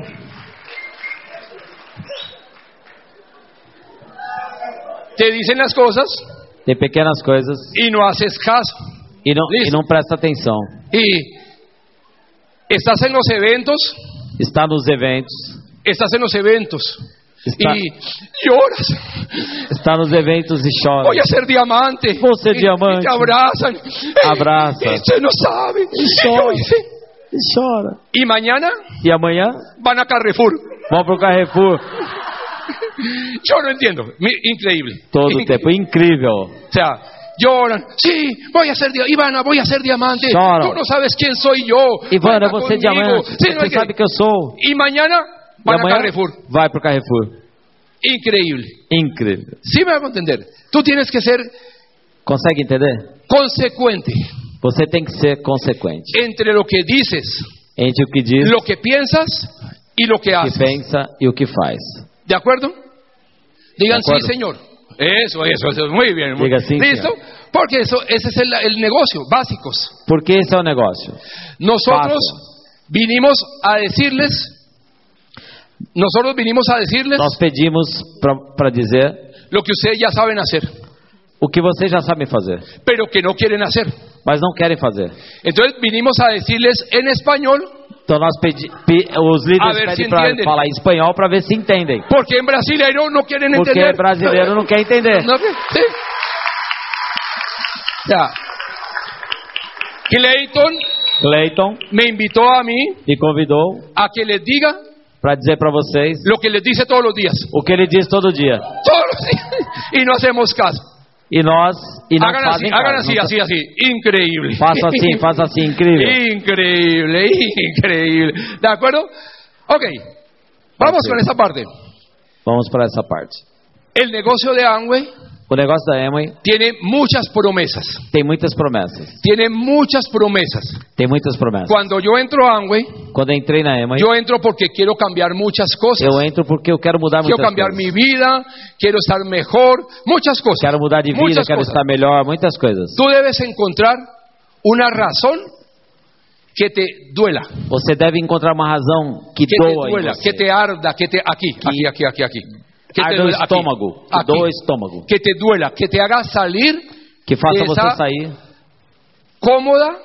Speaker 2: Te dicen las cosas
Speaker 1: Tem pequenas coisas
Speaker 2: y no haces caso.
Speaker 1: e não,
Speaker 2: Isso.
Speaker 1: e não presta atenção.
Speaker 2: Y estás en los eventos,
Speaker 1: Está nos eventos,
Speaker 2: estás en los eventos
Speaker 1: Está.
Speaker 2: y lloras.
Speaker 1: está nos eventos e chora.
Speaker 2: Voy a ser diamante.
Speaker 1: Vou ser
Speaker 2: Y-
Speaker 1: diamante.
Speaker 2: Y te abrazan.
Speaker 1: Abraza.
Speaker 2: Usted no sabe.
Speaker 1: chora.
Speaker 2: Yo hice.
Speaker 1: E chora.
Speaker 2: Y mañana
Speaker 1: E amanhã
Speaker 2: van a Carrefour.
Speaker 1: vão pro Carrefour
Speaker 2: Yo no entiendo. Mi- Increíble.
Speaker 1: todo o tempo. Incrível.
Speaker 2: O sea, lloran. Sí, voy a ser diamante. Ivana, voy a ser diamante.
Speaker 1: Lloro.
Speaker 2: Tú no sabes quién soy yo.
Speaker 1: Ivana,
Speaker 2: Cuenta
Speaker 1: você é
Speaker 2: conmigo.
Speaker 1: diamante.
Speaker 2: Sí, no
Speaker 1: Você
Speaker 2: hay que-
Speaker 1: sabe que eu sou.
Speaker 2: Y mañana
Speaker 1: E
Speaker 2: van a
Speaker 1: amanhã
Speaker 2: Carrefour.
Speaker 1: vai pro Carrefour.
Speaker 2: Increíble.
Speaker 1: Incrível.
Speaker 2: Sí me hago entender. Tú tienes que ser
Speaker 1: Consegue entender?
Speaker 2: consecuente
Speaker 1: Você tem que ser consequente
Speaker 2: entre lo que dices,
Speaker 1: entre o que diz,
Speaker 2: lo que piensas y lo que
Speaker 1: o que
Speaker 2: haces.
Speaker 1: pensa e o que faz.
Speaker 2: ¿De acuerdo? Digan
Speaker 1: De acuerdo.
Speaker 2: sí, señor. Eso, eso, eso. Muy bien. muy
Speaker 1: Diga sí,
Speaker 2: bien. ¿Listo? Porque eso, esse es el, el negocio, básicos.
Speaker 1: Porque esse é o negócio.
Speaker 2: Nosotros
Speaker 1: Paso.
Speaker 2: vinimos a decirles, nosotros vinimos a decirles
Speaker 1: Nós pedimos para dizer
Speaker 2: lo que ustedes ya saben hacer,
Speaker 1: o que vocês já sabem fazer,
Speaker 2: pero que no quieren hacer.
Speaker 1: mas não querem fazer.
Speaker 2: Entonces vinimos a decirles en español,
Speaker 1: Então nós pedi, pe- os
Speaker 2: A
Speaker 1: líderes
Speaker 2: ver
Speaker 1: pedem
Speaker 2: se
Speaker 1: para
Speaker 2: entendem.
Speaker 1: falar em espanhol para ver se entendem.
Speaker 2: porque en brasileiro no quieren
Speaker 1: Porque
Speaker 2: entender.
Speaker 1: brasileiro não quer entender.
Speaker 2: No, sí. Ya. Clayton
Speaker 1: Clayton
Speaker 2: me invitó a mí
Speaker 1: me convidou
Speaker 2: a que les diga
Speaker 1: para dizer para vocês
Speaker 2: lo que les dice todos los días.
Speaker 1: o que ele diz todo dia.
Speaker 2: Todos los días. Y no hacemos caso.
Speaker 1: E nós e não
Speaker 2: hagan así,
Speaker 1: fazem
Speaker 2: hagan
Speaker 1: caso.
Speaker 2: así,
Speaker 1: Não-
Speaker 2: así, así. Increíble.
Speaker 1: Faça assim, faça assim, incrível.
Speaker 2: Increíble, increíble. ¿De acuerdo? Ok. Vamos
Speaker 1: Ok.
Speaker 2: con esa parte.
Speaker 1: Vamos para essa parte.
Speaker 2: El negocio de Amway
Speaker 1: O negócio da Emily
Speaker 2: tiene muchas promesas.
Speaker 1: tem muitas promessas.
Speaker 2: Tiene muchas promesas.
Speaker 1: Tem muitas promessas.
Speaker 2: Cuando yo entro a Amway,
Speaker 1: Quando eu entrei na Emily,
Speaker 2: yo entro porque quiero cambiar muchas cosas.
Speaker 1: eu entro porque eu quero mudar
Speaker 2: Quiero
Speaker 1: muitas
Speaker 2: cambiar
Speaker 1: coisas.
Speaker 2: mi vida, quiero estar mejor, muchas cosas.
Speaker 1: Quero mudar de vida,
Speaker 2: muchas
Speaker 1: quero
Speaker 2: cosas.
Speaker 1: estar melhor, muitas coisas.
Speaker 2: Tú debes encontrar una razón que te duela,
Speaker 1: Você deve encontrar uma razão que
Speaker 2: que te
Speaker 1: doa em
Speaker 2: duela,
Speaker 1: você.
Speaker 2: que te arda, que te aquí, aquí, aquí, aquí, aquí. Que te
Speaker 1: Arda o
Speaker 2: duela aquí,
Speaker 1: estômago, que
Speaker 2: aquí.
Speaker 1: doa o estômago.
Speaker 2: que te duela, que te haga salir
Speaker 1: Que faça
Speaker 2: Esa-
Speaker 1: você sair
Speaker 2: cómoda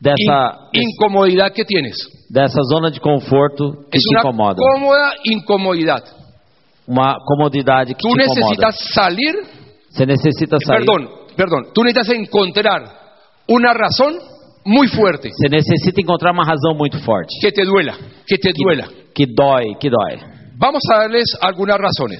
Speaker 1: dessa,
Speaker 2: in- incomodidad que tienes.
Speaker 1: dessa zona de conforto que
Speaker 2: Es
Speaker 1: te
Speaker 2: una
Speaker 1: incomoda.
Speaker 2: cómoda incomodidad.
Speaker 1: Uma comodidade que
Speaker 2: Tú
Speaker 1: te incomoda.
Speaker 2: necesitas salir,
Speaker 1: Você necessita sair.
Speaker 2: perdón, perdón, tú necesitas encontrar una razón muy fuerte
Speaker 1: Você necessita encontrar uma razão muito forte.
Speaker 2: que te duela, que te duela.
Speaker 1: Que dói, que dói.
Speaker 2: Vamos a darles algunas razones.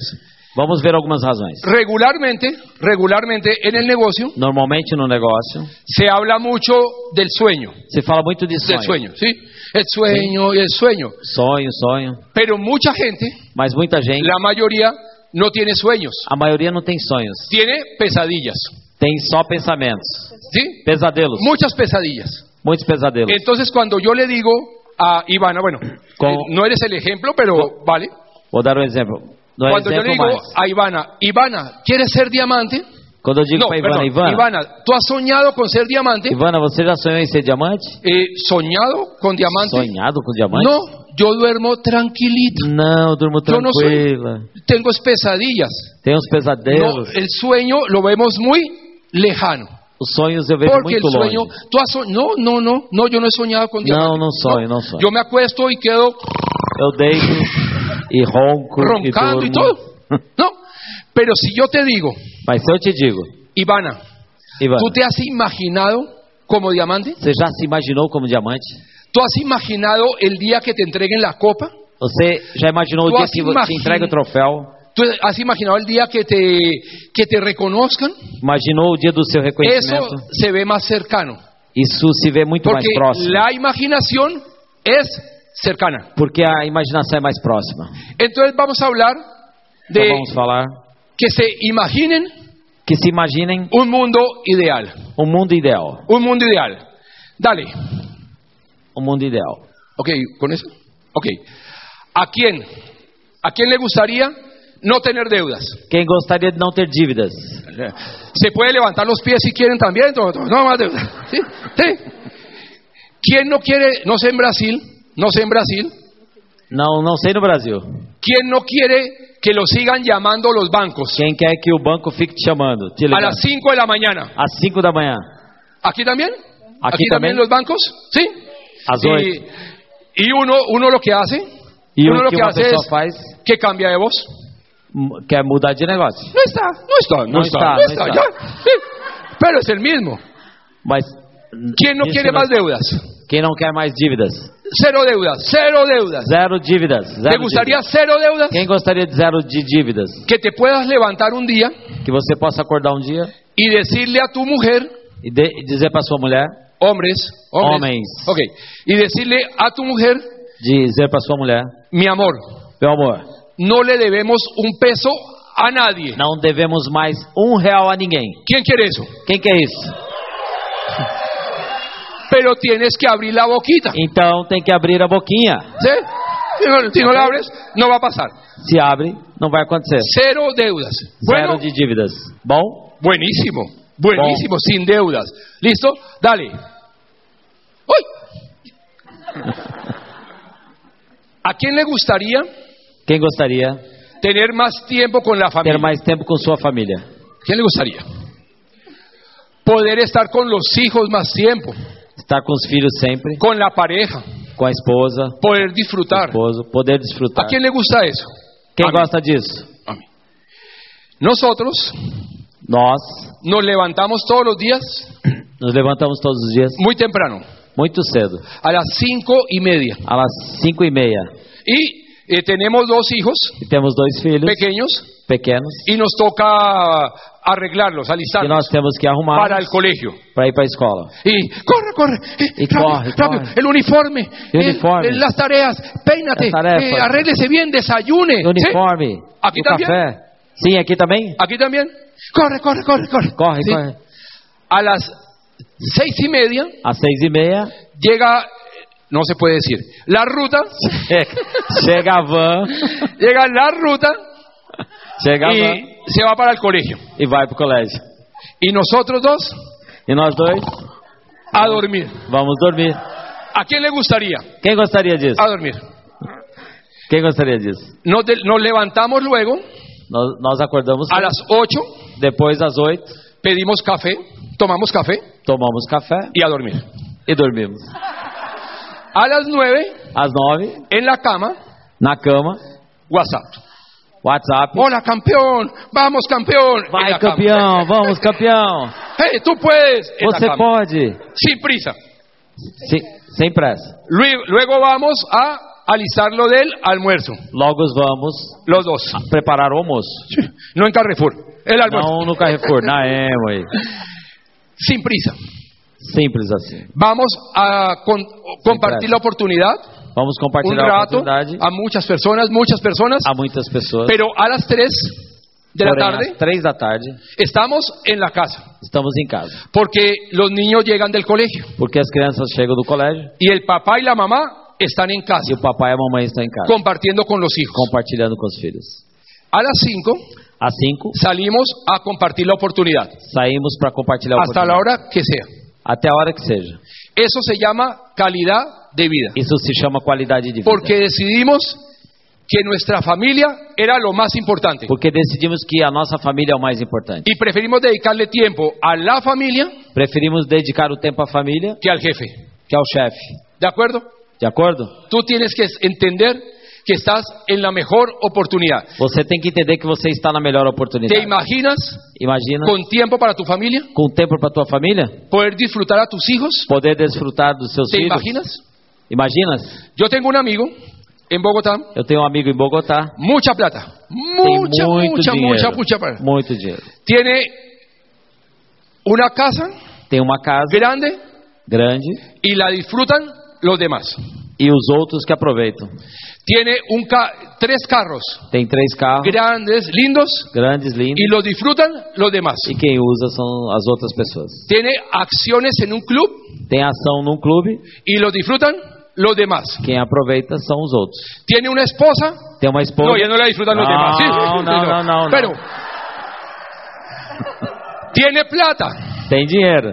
Speaker 1: Vamos ver algumas razões.
Speaker 2: Regularmente, regularmente en el negocio
Speaker 1: Normalmente no negócio,
Speaker 2: se habla mucho del sueño,
Speaker 1: se fala muito de
Speaker 2: del
Speaker 1: sonho.
Speaker 2: sueño, ¿sí? El sueño y el sueño.
Speaker 1: Sonho, sonho.
Speaker 2: Pero mucha gente,
Speaker 1: Mas muita gente,
Speaker 2: la mayoría, no tiene sueños,
Speaker 1: a maioria não tem sonhos.
Speaker 2: tiene pesadillas,
Speaker 1: Tem só pensamentos.
Speaker 2: ¿sí?
Speaker 1: Pesadelos.
Speaker 2: Muchas pesadillas.
Speaker 1: Muitos pesadelos.
Speaker 2: Entonces cuando yo le digo a Ivana, bueno,
Speaker 1: Con-
Speaker 2: eh, no eres el ejemplo, pero vale.
Speaker 1: Vou dar um exemplo. Não é
Speaker 2: Cuando yo
Speaker 1: exemplo
Speaker 2: le digo
Speaker 1: mais.
Speaker 2: a Ivana, Ivana, ¿quieres ser diamante?
Speaker 1: Quando eu digo
Speaker 2: No,
Speaker 1: para Ivana,
Speaker 2: perdón,
Speaker 1: Ivana, Ivana,
Speaker 2: Ivana, ¿tú has soñado con ser diamante?
Speaker 1: você já sonhou em ser diamante?
Speaker 2: Eh, ¿Soñado con diamante?
Speaker 1: Sonhado com diamante?
Speaker 2: No, yo duermo tranquilita.
Speaker 1: Não, eu durmo
Speaker 2: Eu não
Speaker 1: tranquila.
Speaker 2: Tengo es pesadillas.
Speaker 1: Tenho uns
Speaker 2: No,
Speaker 1: pesadelos.
Speaker 2: el sueño lo vemos muy lejano.
Speaker 1: Os sonhos eu vejo
Speaker 2: Porque el
Speaker 1: muito
Speaker 2: sueño,
Speaker 1: longe.
Speaker 2: tú has soñ- no, no, no, no, yo no he soñado con diamante.
Speaker 1: Não, não sonho, não sonho.
Speaker 2: Yo me acuesto y quedo
Speaker 1: Eu deito e ronco e
Speaker 2: roncando
Speaker 1: durmo.
Speaker 2: y todo. No, pero si yo te digo,
Speaker 1: Mas se eu te digo,
Speaker 2: Ivana,
Speaker 1: Ivana,
Speaker 2: ¿tú te has imaginado como diamante?
Speaker 1: você já se imaginou como diamante?
Speaker 2: ¿Tú has imaginado el día que te entreguen la copa?
Speaker 1: Você já imaginou o
Speaker 2: Tu
Speaker 1: dia
Speaker 2: as
Speaker 1: que te
Speaker 2: imagina-
Speaker 1: entrega o troféu?
Speaker 2: ¿Tú has imaginado el día que te, que te reconozcan?
Speaker 1: Imaginou o dia do seu
Speaker 2: Eso
Speaker 1: reconhecimento?
Speaker 2: se ve más cercano.
Speaker 1: Isso se vê muito mais
Speaker 2: Porque
Speaker 1: próximo.
Speaker 2: la imaginación es cercana.
Speaker 1: Porque a imaginação é mais próxima.
Speaker 2: Entonces vamos a hablar
Speaker 1: Então
Speaker 2: de
Speaker 1: vamos falar
Speaker 2: que se imaginen
Speaker 1: que se imaginem
Speaker 2: un mundo ideal.
Speaker 1: o mundo ideal.
Speaker 2: Un mundo ideal. Dale.
Speaker 1: O mundo ideal.
Speaker 2: Ok, ¿con eso? Ok. ¿A quién? ¿A quién le gustaría no tener deudas?
Speaker 1: Quem gostaria de não ter dívidas?
Speaker 2: Se puede levantar los pies si quieren también. No, no, no más deuda. ¿Sí? ¿Sí? ¿Quién no quiere, no sé en Brasil, no sé en Brasil,
Speaker 1: Não, não sei no Brasil.
Speaker 2: quién no quiere que lo sigan llamando los bancos
Speaker 1: Quem quer que o banco fique te chamando? Te
Speaker 2: a
Speaker 1: ligando?
Speaker 2: las 5 de la mañana?
Speaker 1: Às 5 da manhã.
Speaker 2: ¿Aquí también?
Speaker 1: Aquí también.
Speaker 2: los bancos? ¿Sí?
Speaker 1: Às
Speaker 2: Y,
Speaker 1: 8.
Speaker 2: y uno, uno lo que hace,
Speaker 1: E
Speaker 2: uno
Speaker 1: o
Speaker 2: lo
Speaker 1: que
Speaker 2: que
Speaker 1: uma
Speaker 2: hace
Speaker 1: pessoa
Speaker 2: es
Speaker 1: faz?
Speaker 2: que cambia de voz.
Speaker 1: mu- Quer mudar de negócio.
Speaker 2: No está, no está, no,
Speaker 1: No
Speaker 2: está,
Speaker 1: está,
Speaker 2: no
Speaker 1: no
Speaker 2: está,
Speaker 1: está.
Speaker 2: ya. Sí. Pero es el mismo.
Speaker 1: Mas.
Speaker 2: ¿Quién no
Speaker 1: diz
Speaker 2: quiere
Speaker 1: que não-
Speaker 2: más deudas?
Speaker 1: Quem não quer mais dívidas?
Speaker 2: Cero deudas, cero deudas.
Speaker 1: Zero dívidas. Zero
Speaker 2: ¿Te gustaria
Speaker 1: dívidas.
Speaker 2: cero deudas?
Speaker 1: Quem gostaria de zero de dívidas?
Speaker 2: Que te puedas levantar un día
Speaker 1: Que você possa acordar um dia
Speaker 2: y decirle a tu mujer,
Speaker 1: e de- e dizer para sua mulher,
Speaker 2: hombres, hombres,
Speaker 1: Homens.
Speaker 2: ok, y decirle a tu mujer,
Speaker 1: dizer para sua mulher,
Speaker 2: mi amor,
Speaker 1: meu amor,
Speaker 2: no le debemos un peso a nadie.
Speaker 1: não devemos mais um real a ninguém.
Speaker 2: ¿Quién quiere eso?
Speaker 1: Quem que é isso?
Speaker 2: Pero tienes que abrir la boquita.
Speaker 1: Então tem que abrir a boquinha.
Speaker 2: ¿Sí? Si no, si no la abres, no va a pasar.
Speaker 1: Se abre, não vai acontecer.
Speaker 2: Cero deudas. Bueno,
Speaker 1: Zero de dívidas. Bom?
Speaker 2: buenísimo, buenísimo, sin deudas. ¿Listo? Dale. ¡Uy! ¿A quién le gustaría
Speaker 1: Quem gostaria de
Speaker 2: tener más tiempo con la
Speaker 1: ter
Speaker 2: familia?
Speaker 1: mais tempo com sua família?
Speaker 2: ¿Quién le gustaría? Poder estar con los hijos más tiempo,
Speaker 1: Estar com os filhos sempre,
Speaker 2: con la pareja,
Speaker 1: com a esposa,
Speaker 2: poder
Speaker 1: com o
Speaker 2: disfrutar.
Speaker 1: esposo, poder
Speaker 2: ¿A
Speaker 1: desfrutar.
Speaker 2: quién le gusta eso?
Speaker 1: Quem
Speaker 2: Amém.
Speaker 1: gosta disso?
Speaker 2: A mí. Nosotros
Speaker 1: Nós
Speaker 2: nos levantamos todos los días
Speaker 1: nos levantamos todos os dias
Speaker 2: muy temprano,
Speaker 1: muito cedo,
Speaker 2: a las cinco y media.
Speaker 1: às cinco e meia.
Speaker 2: Y eh, tenemos dos hijos
Speaker 1: E temos dois filhos
Speaker 2: pequeños
Speaker 1: pequenos
Speaker 2: y nos toca arreglarlos,
Speaker 1: que nós
Speaker 2: alistarlos
Speaker 1: temos que arrumar
Speaker 2: Tá. para el colegio.
Speaker 1: para ir para a escola.
Speaker 2: Y corre, corre, eh,
Speaker 1: Y
Speaker 2: rápido,
Speaker 1: corre,
Speaker 2: rápido,
Speaker 1: corre.
Speaker 2: el uniforme,
Speaker 1: El
Speaker 2: eh,
Speaker 1: uniforme.
Speaker 2: eh, las tareas, peínate,
Speaker 1: Las tareas,
Speaker 2: eh,
Speaker 1: pues.
Speaker 2: arréglese bien, desayune. ¿sí?
Speaker 1: Uniforme,
Speaker 2: Aqui tá
Speaker 1: o
Speaker 2: também?
Speaker 1: café. Sim, aqui também?
Speaker 2: Aquí también. Corre, corre, corre, corre.
Speaker 1: Corre,
Speaker 2: Sí.
Speaker 1: corre.
Speaker 2: A las seis y media
Speaker 1: Às seis e meia,
Speaker 2: llega, no se puede decir, la ruta, É.
Speaker 1: chega a van,
Speaker 2: llega la ruta
Speaker 1: chega a van
Speaker 2: y se va para el colegio.
Speaker 1: e vai pro colégio.
Speaker 2: Y nosotros dos
Speaker 1: E nós dois
Speaker 2: a dormir.
Speaker 1: Vamos dormir.
Speaker 2: ¿A quién le gustaría?
Speaker 1: Quem gostaria disso?
Speaker 2: A dormir.
Speaker 1: Quem gostaria disso?
Speaker 2: Nos, de- nos levantamos luego
Speaker 1: Nós, nós acordamos
Speaker 2: a las 8,
Speaker 1: depois às oito,
Speaker 2: pedimos café, tomamos café
Speaker 1: tomamos café
Speaker 2: y a dormir.
Speaker 1: e dormimos.
Speaker 2: A las 9,
Speaker 1: Às nove,
Speaker 2: en la cama,
Speaker 1: na cama,
Speaker 2: WhatsApp.
Speaker 1: WhatsApp.
Speaker 2: Hola campeón, vamos campeón. En
Speaker 1: Vai
Speaker 2: la cama.
Speaker 1: campeão, vamos campeão.
Speaker 2: Hey, tú puedes. En la
Speaker 1: Você
Speaker 2: cama.
Speaker 1: pode.
Speaker 2: Sin prisa.
Speaker 1: Sem, sem pressa.
Speaker 2: Luego, luego vamos a alistar lo del almuerzo.
Speaker 1: Logo vamos
Speaker 2: Los dos.
Speaker 1: preparar o almoço.
Speaker 2: No en Carrefour. El almuerzo.
Speaker 1: Não Ah. no Carrefour, na Amway.
Speaker 2: Sin prisa.
Speaker 1: Simples assim.
Speaker 2: Vamos a con- compartir
Speaker 1: gracias.
Speaker 2: la oportunidad
Speaker 1: Vamos
Speaker 2: un
Speaker 1: compartilhar a
Speaker 2: rato
Speaker 1: oportunidade
Speaker 2: Um a muchas personas, muchas personas.
Speaker 1: a muitas pessoas.
Speaker 2: Pero a las 3 de la
Speaker 1: Porém,
Speaker 2: tarde
Speaker 1: às três da tarde,
Speaker 2: estamos en la casa.
Speaker 1: estamos em casa.
Speaker 2: Porque los niños llegan del colegio.
Speaker 1: Porque as crianças chegam do colégio
Speaker 2: Y el papá y la mamá están en
Speaker 1: e
Speaker 2: casa
Speaker 1: o papai e a mamãe estão em casa,
Speaker 2: compartiendo con los hijos.
Speaker 1: compartilhando com os filhos.
Speaker 2: A las 5
Speaker 1: Às cinco,
Speaker 2: salimos a compartir la oportunidad.
Speaker 1: saímos para compartilhar o
Speaker 2: Hasta la hora que sea.
Speaker 1: Até a hora que seja.
Speaker 2: Eso se llama calidad de vida.
Speaker 1: Isso se chama qualidade de vida.
Speaker 2: Porque decidimos que nuestra familia era lo más importante.
Speaker 1: Porque decidimos que a nossa família é o mais importante.
Speaker 2: Y preferimos dedicarle tiempo a la familia
Speaker 1: Preferimos dedicar o tempo à família
Speaker 2: que al jefe.
Speaker 1: que ao chefe.
Speaker 2: ¿De acuerdo?
Speaker 1: De acordo?
Speaker 2: Tú tienes que entender que estás en la mejor oportunidad.
Speaker 1: Você tem que entender que você está na melhor
Speaker 2: ¿Te
Speaker 1: oportunidade.
Speaker 2: imaginas
Speaker 1: Imagina
Speaker 2: con tiempo para tu familia?
Speaker 1: com tempo para tua família,
Speaker 2: ¿Poder disfrutar a tus hijos?
Speaker 1: poder desfrutar dos seus
Speaker 2: ¿Te
Speaker 1: filhos.
Speaker 2: imaginas?
Speaker 1: Imaginas?
Speaker 2: Yo tengo un amigo en Bogotá,
Speaker 1: Eu tenho um amigo em Bogotá.
Speaker 2: mucha plata.
Speaker 1: Tem
Speaker 2: Mucha,
Speaker 1: muito
Speaker 2: mucha,
Speaker 1: dinheiro.
Speaker 2: mucha, mucha plata.
Speaker 1: Muito dinheiro.
Speaker 2: Tiene una casa
Speaker 1: Tem uma casa
Speaker 2: grande
Speaker 1: grande
Speaker 2: y la disfrutan los demás.
Speaker 1: e os outros que aproveitam.
Speaker 2: Tiene un ca- tres carros
Speaker 1: Tem três carros
Speaker 2: grandes, lindos,
Speaker 1: grandes, lindos
Speaker 2: y los disfrutan los demás.
Speaker 1: e quem usa são as outras pessoas.
Speaker 2: Tiene acciones en un club
Speaker 1: Tem ação num clube,
Speaker 2: y los disfrutan los demás.
Speaker 1: quem aproveita são os outros.
Speaker 2: Tiene una esposa
Speaker 1: Tem uma esposa.
Speaker 2: No, ya no la disfrutan los
Speaker 1: No,
Speaker 2: demás. Sí, sí, sí,
Speaker 1: no,
Speaker 2: sí,
Speaker 1: no, no, no.
Speaker 2: Pero tiene plata,
Speaker 1: Tem dinheiro,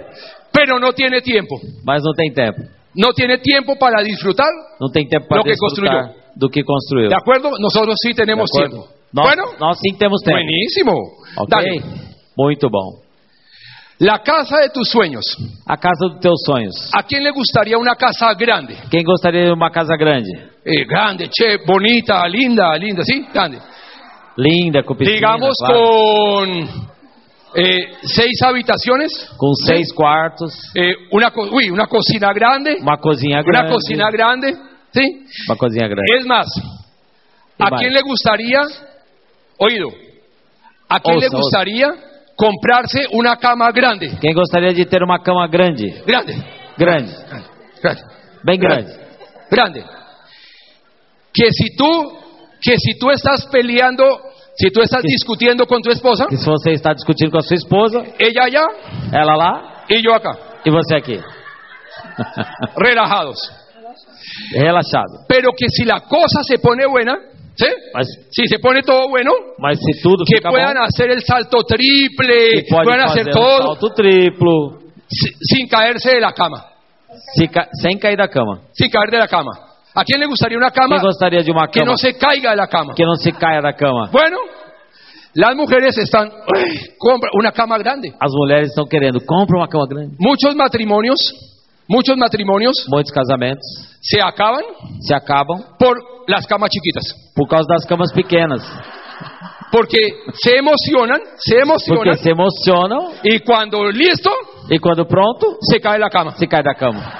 Speaker 2: pero no tiene tiempo.
Speaker 1: mas não tem tempo.
Speaker 2: No tiene tiempo para disfrutar.
Speaker 1: Não tem tempo para
Speaker 2: Lo que
Speaker 1: desfrutar do que construiu.
Speaker 2: ¿De acuerdo? Nosotros sí tenemos
Speaker 1: De acordo?
Speaker 2: tiempo.
Speaker 1: Nós,
Speaker 2: bueno,
Speaker 1: nós sim temos tempo.
Speaker 2: buenísimo.
Speaker 1: Ok?
Speaker 2: Dale.
Speaker 1: Muito bom.
Speaker 2: La casa de tus sueños.
Speaker 1: A casa dos teus sonhos.
Speaker 2: ¿A quién le gustaría una casa grande?
Speaker 1: Quem gostaria de uma casa grande?
Speaker 2: Eh, grande, che, bonita, linda, linda, sí, grande.
Speaker 1: Linda, com piscina,
Speaker 2: Digamos
Speaker 1: claro.
Speaker 2: con eh, seis habitaciones,
Speaker 1: com seis quartos,
Speaker 2: eh, una, co- uy, una cocina grande,
Speaker 1: uma cozinha grande.
Speaker 2: una cocina grande, ¿sí?
Speaker 1: Uma cozinha grande.
Speaker 2: Es más,
Speaker 1: Y
Speaker 2: ¿a
Speaker 1: vale.
Speaker 2: quién le gustaría, oído, a quién
Speaker 1: Osa,
Speaker 2: le
Speaker 1: osa.
Speaker 2: gustaría comprarse una cama grande?
Speaker 1: Quem gostaria de ter uma cama grande?
Speaker 2: Grande,
Speaker 1: Grande,
Speaker 2: grande,
Speaker 1: bem grande.
Speaker 2: grande. Que si tú, que si tú estás peleando, si tú estás discutiendo con tu esposa,
Speaker 1: Que se você está discutindo com a sua esposa,
Speaker 2: ella allá
Speaker 1: ela lá
Speaker 2: y yo acá,
Speaker 1: e você aqui,
Speaker 2: relajados.
Speaker 1: relaxado.
Speaker 2: Pero que si la cosa se pone buena, ¿sí?
Speaker 1: Mas,
Speaker 2: Si se pone todo bueno,
Speaker 1: mas se tudo
Speaker 2: que
Speaker 1: fica
Speaker 2: puedan
Speaker 1: bom,
Speaker 2: hacer el salto
Speaker 1: que
Speaker 2: triple,
Speaker 1: pode
Speaker 2: puedan hacer
Speaker 1: fazer um
Speaker 2: todo
Speaker 1: salto triplo,
Speaker 2: si- sin caerse de la cama.
Speaker 1: se ca- sem cair da cama.
Speaker 2: sin caer de la cama. ¿A quién le gustaría una cama
Speaker 1: Quem gostaria de uma
Speaker 2: que
Speaker 1: cama
Speaker 2: no se caiga de la cama?
Speaker 1: que não se caia da cama?
Speaker 2: Bueno, las mujeres están, "Ay, compra una cama grande.
Speaker 1: As mulheres estão querendo, compra uma cama grande.
Speaker 2: Muchos matrimonios, muchos matrimonios
Speaker 1: Muitos casamentos
Speaker 2: se acaban
Speaker 1: se acabam
Speaker 2: por las camas chiquitas,
Speaker 1: por causa das camas pequenas,
Speaker 2: porque se emocionan, se
Speaker 1: porque
Speaker 2: emocionan
Speaker 1: se emocionam
Speaker 2: y cuando listo
Speaker 1: e quando pronto
Speaker 2: se cae la cama.
Speaker 1: se cai da cama.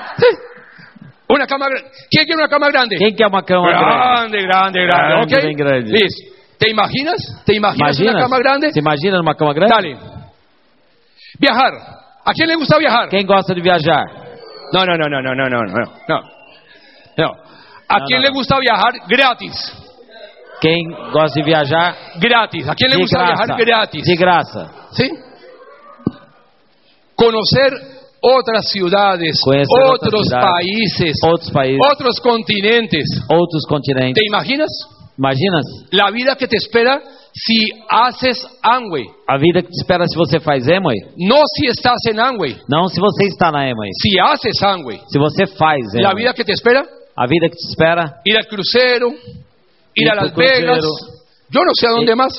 Speaker 2: Una cama grande. ¿Quién quiere una cama grande?
Speaker 1: Quem quer uma
Speaker 2: Ah,
Speaker 1: cama grande?
Speaker 2: Grande, grande, grande.
Speaker 1: Grande,
Speaker 2: ok.
Speaker 1: bien grande.
Speaker 2: Listo. ¿Te imaginas? ¿Te imaginas una cama grande?
Speaker 1: Se imagina numa cama grande?
Speaker 2: Dale. Viajar. ¿A quién le gusta viajar?
Speaker 1: Quem gosta de viajar?
Speaker 2: No, no, no, no, no, no, no, no, no. No. ¿A
Speaker 1: No,
Speaker 2: quién
Speaker 1: no,
Speaker 2: le
Speaker 1: no.
Speaker 2: gusta viajar gratis?
Speaker 1: Quem gosta de viajar
Speaker 2: Gratis. ¿A quién le
Speaker 1: de
Speaker 2: gusta
Speaker 1: graça?
Speaker 2: viajar gratis?
Speaker 1: De graça.
Speaker 2: ¿Sí? Conocer otras ciudades,
Speaker 1: Conocer otras
Speaker 2: otros
Speaker 1: ciudades,
Speaker 2: países,
Speaker 1: Outros países,
Speaker 2: otros continentes.
Speaker 1: outros
Speaker 2: ¿Te
Speaker 1: continentes.
Speaker 2: imaginas
Speaker 1: Imaginas?
Speaker 2: la vida que te espera si haces Amway,
Speaker 1: A vida que te espera se você faz Emoi,
Speaker 2: no si estás en Amway,
Speaker 1: não se você está na Emoi.
Speaker 2: si haces Amway.
Speaker 1: Se você faz
Speaker 2: La
Speaker 1: Amway,
Speaker 2: vida que te espera,
Speaker 1: a vida que te espera,
Speaker 2: ir al crucero, ir
Speaker 1: Ir
Speaker 2: a
Speaker 1: pro
Speaker 2: Las Vegas,
Speaker 1: crucero.
Speaker 2: yo no sé a dónde
Speaker 1: Ir-
Speaker 2: más,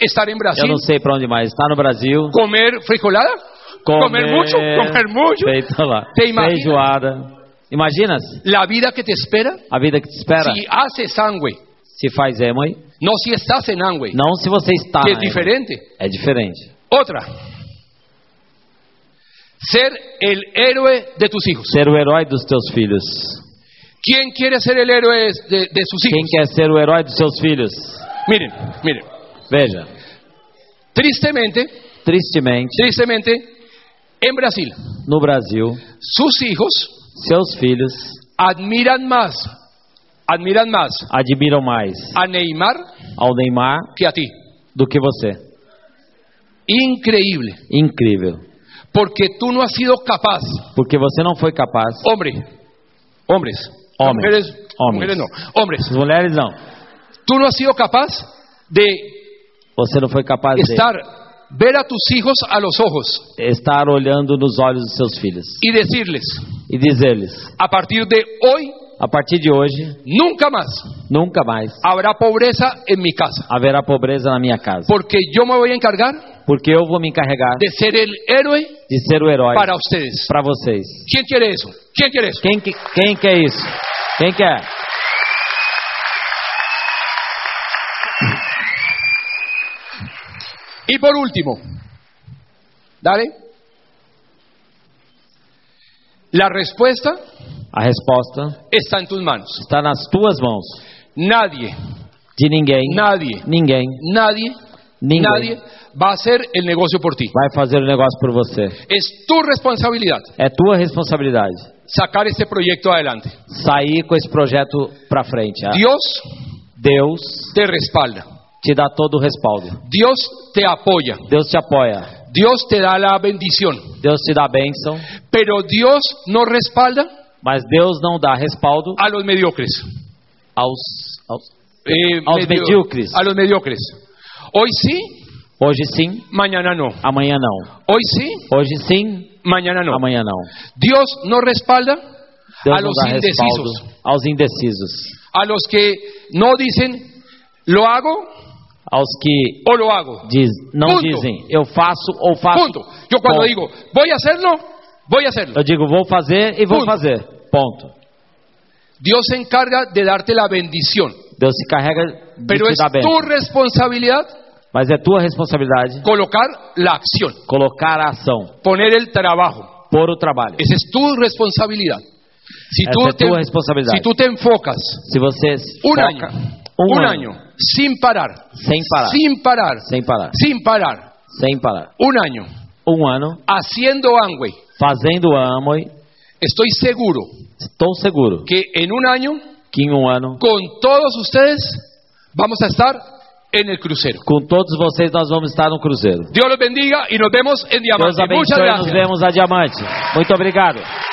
Speaker 2: estar en
Speaker 1: eu
Speaker 2: Brasil,
Speaker 1: não sei para onde mais. Está no Brasil,
Speaker 2: comer frijolada, comer, mucho, comer mucho.
Speaker 1: Feito lá.
Speaker 2: Te imagina?
Speaker 1: Feijoada. Imaginas
Speaker 2: La vida que te espera,
Speaker 1: a vida que te espera
Speaker 2: si haces Amway,
Speaker 1: se faz Emoi,
Speaker 2: no si estás en Amway,
Speaker 1: não se você está
Speaker 2: que es
Speaker 1: na Amway.
Speaker 2: diferente.
Speaker 1: É diferente.
Speaker 2: Otra, ser el héroe de tus hijos.
Speaker 1: Ser o herói dos teus filhos.
Speaker 2: ¿Quién quiere ser el héroe de, de sus
Speaker 1: Quem
Speaker 2: hijos?
Speaker 1: quer ser o herói dos seus filhos?
Speaker 2: Miren, miren,
Speaker 1: Veja,
Speaker 2: tristemente,
Speaker 1: tristemente,
Speaker 2: tristemente, en Brasil,
Speaker 1: no Brasil,
Speaker 2: sus hijos
Speaker 1: seus filhos
Speaker 2: admiran más, admiran más
Speaker 1: admiram mais
Speaker 2: a Neymar
Speaker 1: ao Neymar
Speaker 2: que a ti.
Speaker 1: do que você.
Speaker 2: Increíble,
Speaker 1: Incrível.
Speaker 2: porque tú no has sido capaz,
Speaker 1: Porque você não foi capaz.
Speaker 2: hombre, hombres,
Speaker 1: Hombres,
Speaker 2: mujeres,
Speaker 1: hombres.
Speaker 2: mujeres no, hombres,
Speaker 1: As mulheres não.
Speaker 2: tú no has sido capaz de
Speaker 1: Você não foi capaz de
Speaker 2: estar, ver a tus hijos a los ojos
Speaker 1: estar olhando nos olhos dos seus filhos
Speaker 2: y decirles,
Speaker 1: e dizer-lhes:
Speaker 2: a partir de hoy,
Speaker 1: a partir de hoje,
Speaker 2: nunca más
Speaker 1: nunca mais
Speaker 2: habrá pobreza en mi casa,
Speaker 1: haverá pobreza na minha casa,
Speaker 2: porque yo me voy a encargar
Speaker 1: porque eu vou me encarregar
Speaker 2: de ser el héroe
Speaker 1: de ser o herói
Speaker 2: para ustedes.
Speaker 1: para vocês.
Speaker 2: ¿Quién quiere eso? ¿Quién quiere eso?
Speaker 1: Quem, que- quem quer isso? Quem é? quer?
Speaker 2: Y por último, dale. La respuesta
Speaker 1: A resposta
Speaker 2: está en tus manos.
Speaker 1: está nas tuas mãos.
Speaker 2: Nadie,
Speaker 1: De ninguém,
Speaker 2: nadie,
Speaker 1: ninguém,
Speaker 2: nadie,
Speaker 1: ninguém
Speaker 2: nadie va a hacer el negocio por ti.
Speaker 1: vai fazer o negócio por você.
Speaker 2: Es tu responsabilidad
Speaker 1: É tua responsabilidade
Speaker 2: sacar este proyecto adelante.
Speaker 1: sair com esse projeto para frente. Ah,
Speaker 2: Dios
Speaker 1: Deus
Speaker 2: te respalda,
Speaker 1: te dá todo o respaldo.
Speaker 2: Dios te apoya,
Speaker 1: Deus te apoia.
Speaker 2: Dios te da la bendición,
Speaker 1: Deus te dá bênção,
Speaker 2: pero Dios no respalda
Speaker 1: mas Deus não dá respaldo
Speaker 2: a los mediocres.
Speaker 1: aos, aos-
Speaker 2: Eh,
Speaker 1: A los mediocres.
Speaker 2: A los mediocres. Hoy sí,
Speaker 1: Hoje sim,
Speaker 2: mañana no.
Speaker 1: amanhã não.
Speaker 2: Hoy sí,
Speaker 1: Hoje sim,
Speaker 2: mañana no.
Speaker 1: amanhã não.
Speaker 2: Dios no respalda
Speaker 1: Deus
Speaker 2: a
Speaker 1: não
Speaker 2: los
Speaker 1: dá
Speaker 2: indecisos,
Speaker 1: respaldo aos indecisos,
Speaker 2: a los que no dicen lo hago
Speaker 1: aos que
Speaker 2: o lo hago.
Speaker 1: diz, não
Speaker 2: Ponto.
Speaker 1: dizem eu faço ou faço.
Speaker 2: Punto. Yo cuando
Speaker 1: Ponto.
Speaker 2: digo voy a hacerlo, voy a hacerlo.
Speaker 1: Eu digo vou fazer e vou
Speaker 2: Ponto.
Speaker 1: fazer. Ponto.
Speaker 2: Dios se encarga de darte la bendición,
Speaker 1: Deus se carrega de
Speaker 2: pero
Speaker 1: te
Speaker 2: es
Speaker 1: dar bem.
Speaker 2: tu responsabilidad
Speaker 1: Mas é tua responsabilidade
Speaker 2: colocar la acción,
Speaker 1: colocar a ação,
Speaker 2: poner el trabajo.
Speaker 1: pôr o trabalho.
Speaker 2: Esa es tu responsabilidad. Si
Speaker 1: Esa
Speaker 2: tú,
Speaker 1: es
Speaker 2: te,
Speaker 1: tu responsabilidad.
Speaker 2: si tú te enfocas
Speaker 1: Se você se
Speaker 2: un
Speaker 1: foca
Speaker 2: año,
Speaker 1: um
Speaker 2: un
Speaker 1: ano,
Speaker 2: año, sin parar,
Speaker 1: sem parar,
Speaker 2: sin parar,
Speaker 1: sem parar,
Speaker 2: sin parar,
Speaker 1: sem parar,
Speaker 2: un año,
Speaker 1: um ano
Speaker 2: haciendo Amway,
Speaker 1: fazendo Amway,
Speaker 2: estoy seguro
Speaker 1: estou seguro
Speaker 2: que en un año,
Speaker 1: que em um ano
Speaker 2: con todos ustedes, vamos a estar en el crucero.
Speaker 1: com todos vocês nós vamos estar no cruzeiro.
Speaker 2: Dios los bendiga y nos vemos
Speaker 1: Deus
Speaker 2: en Diamante.
Speaker 1: abençoe,
Speaker 2: Muchas
Speaker 1: nos
Speaker 2: gracias.
Speaker 1: vemos a Diamante. Muito obrigado.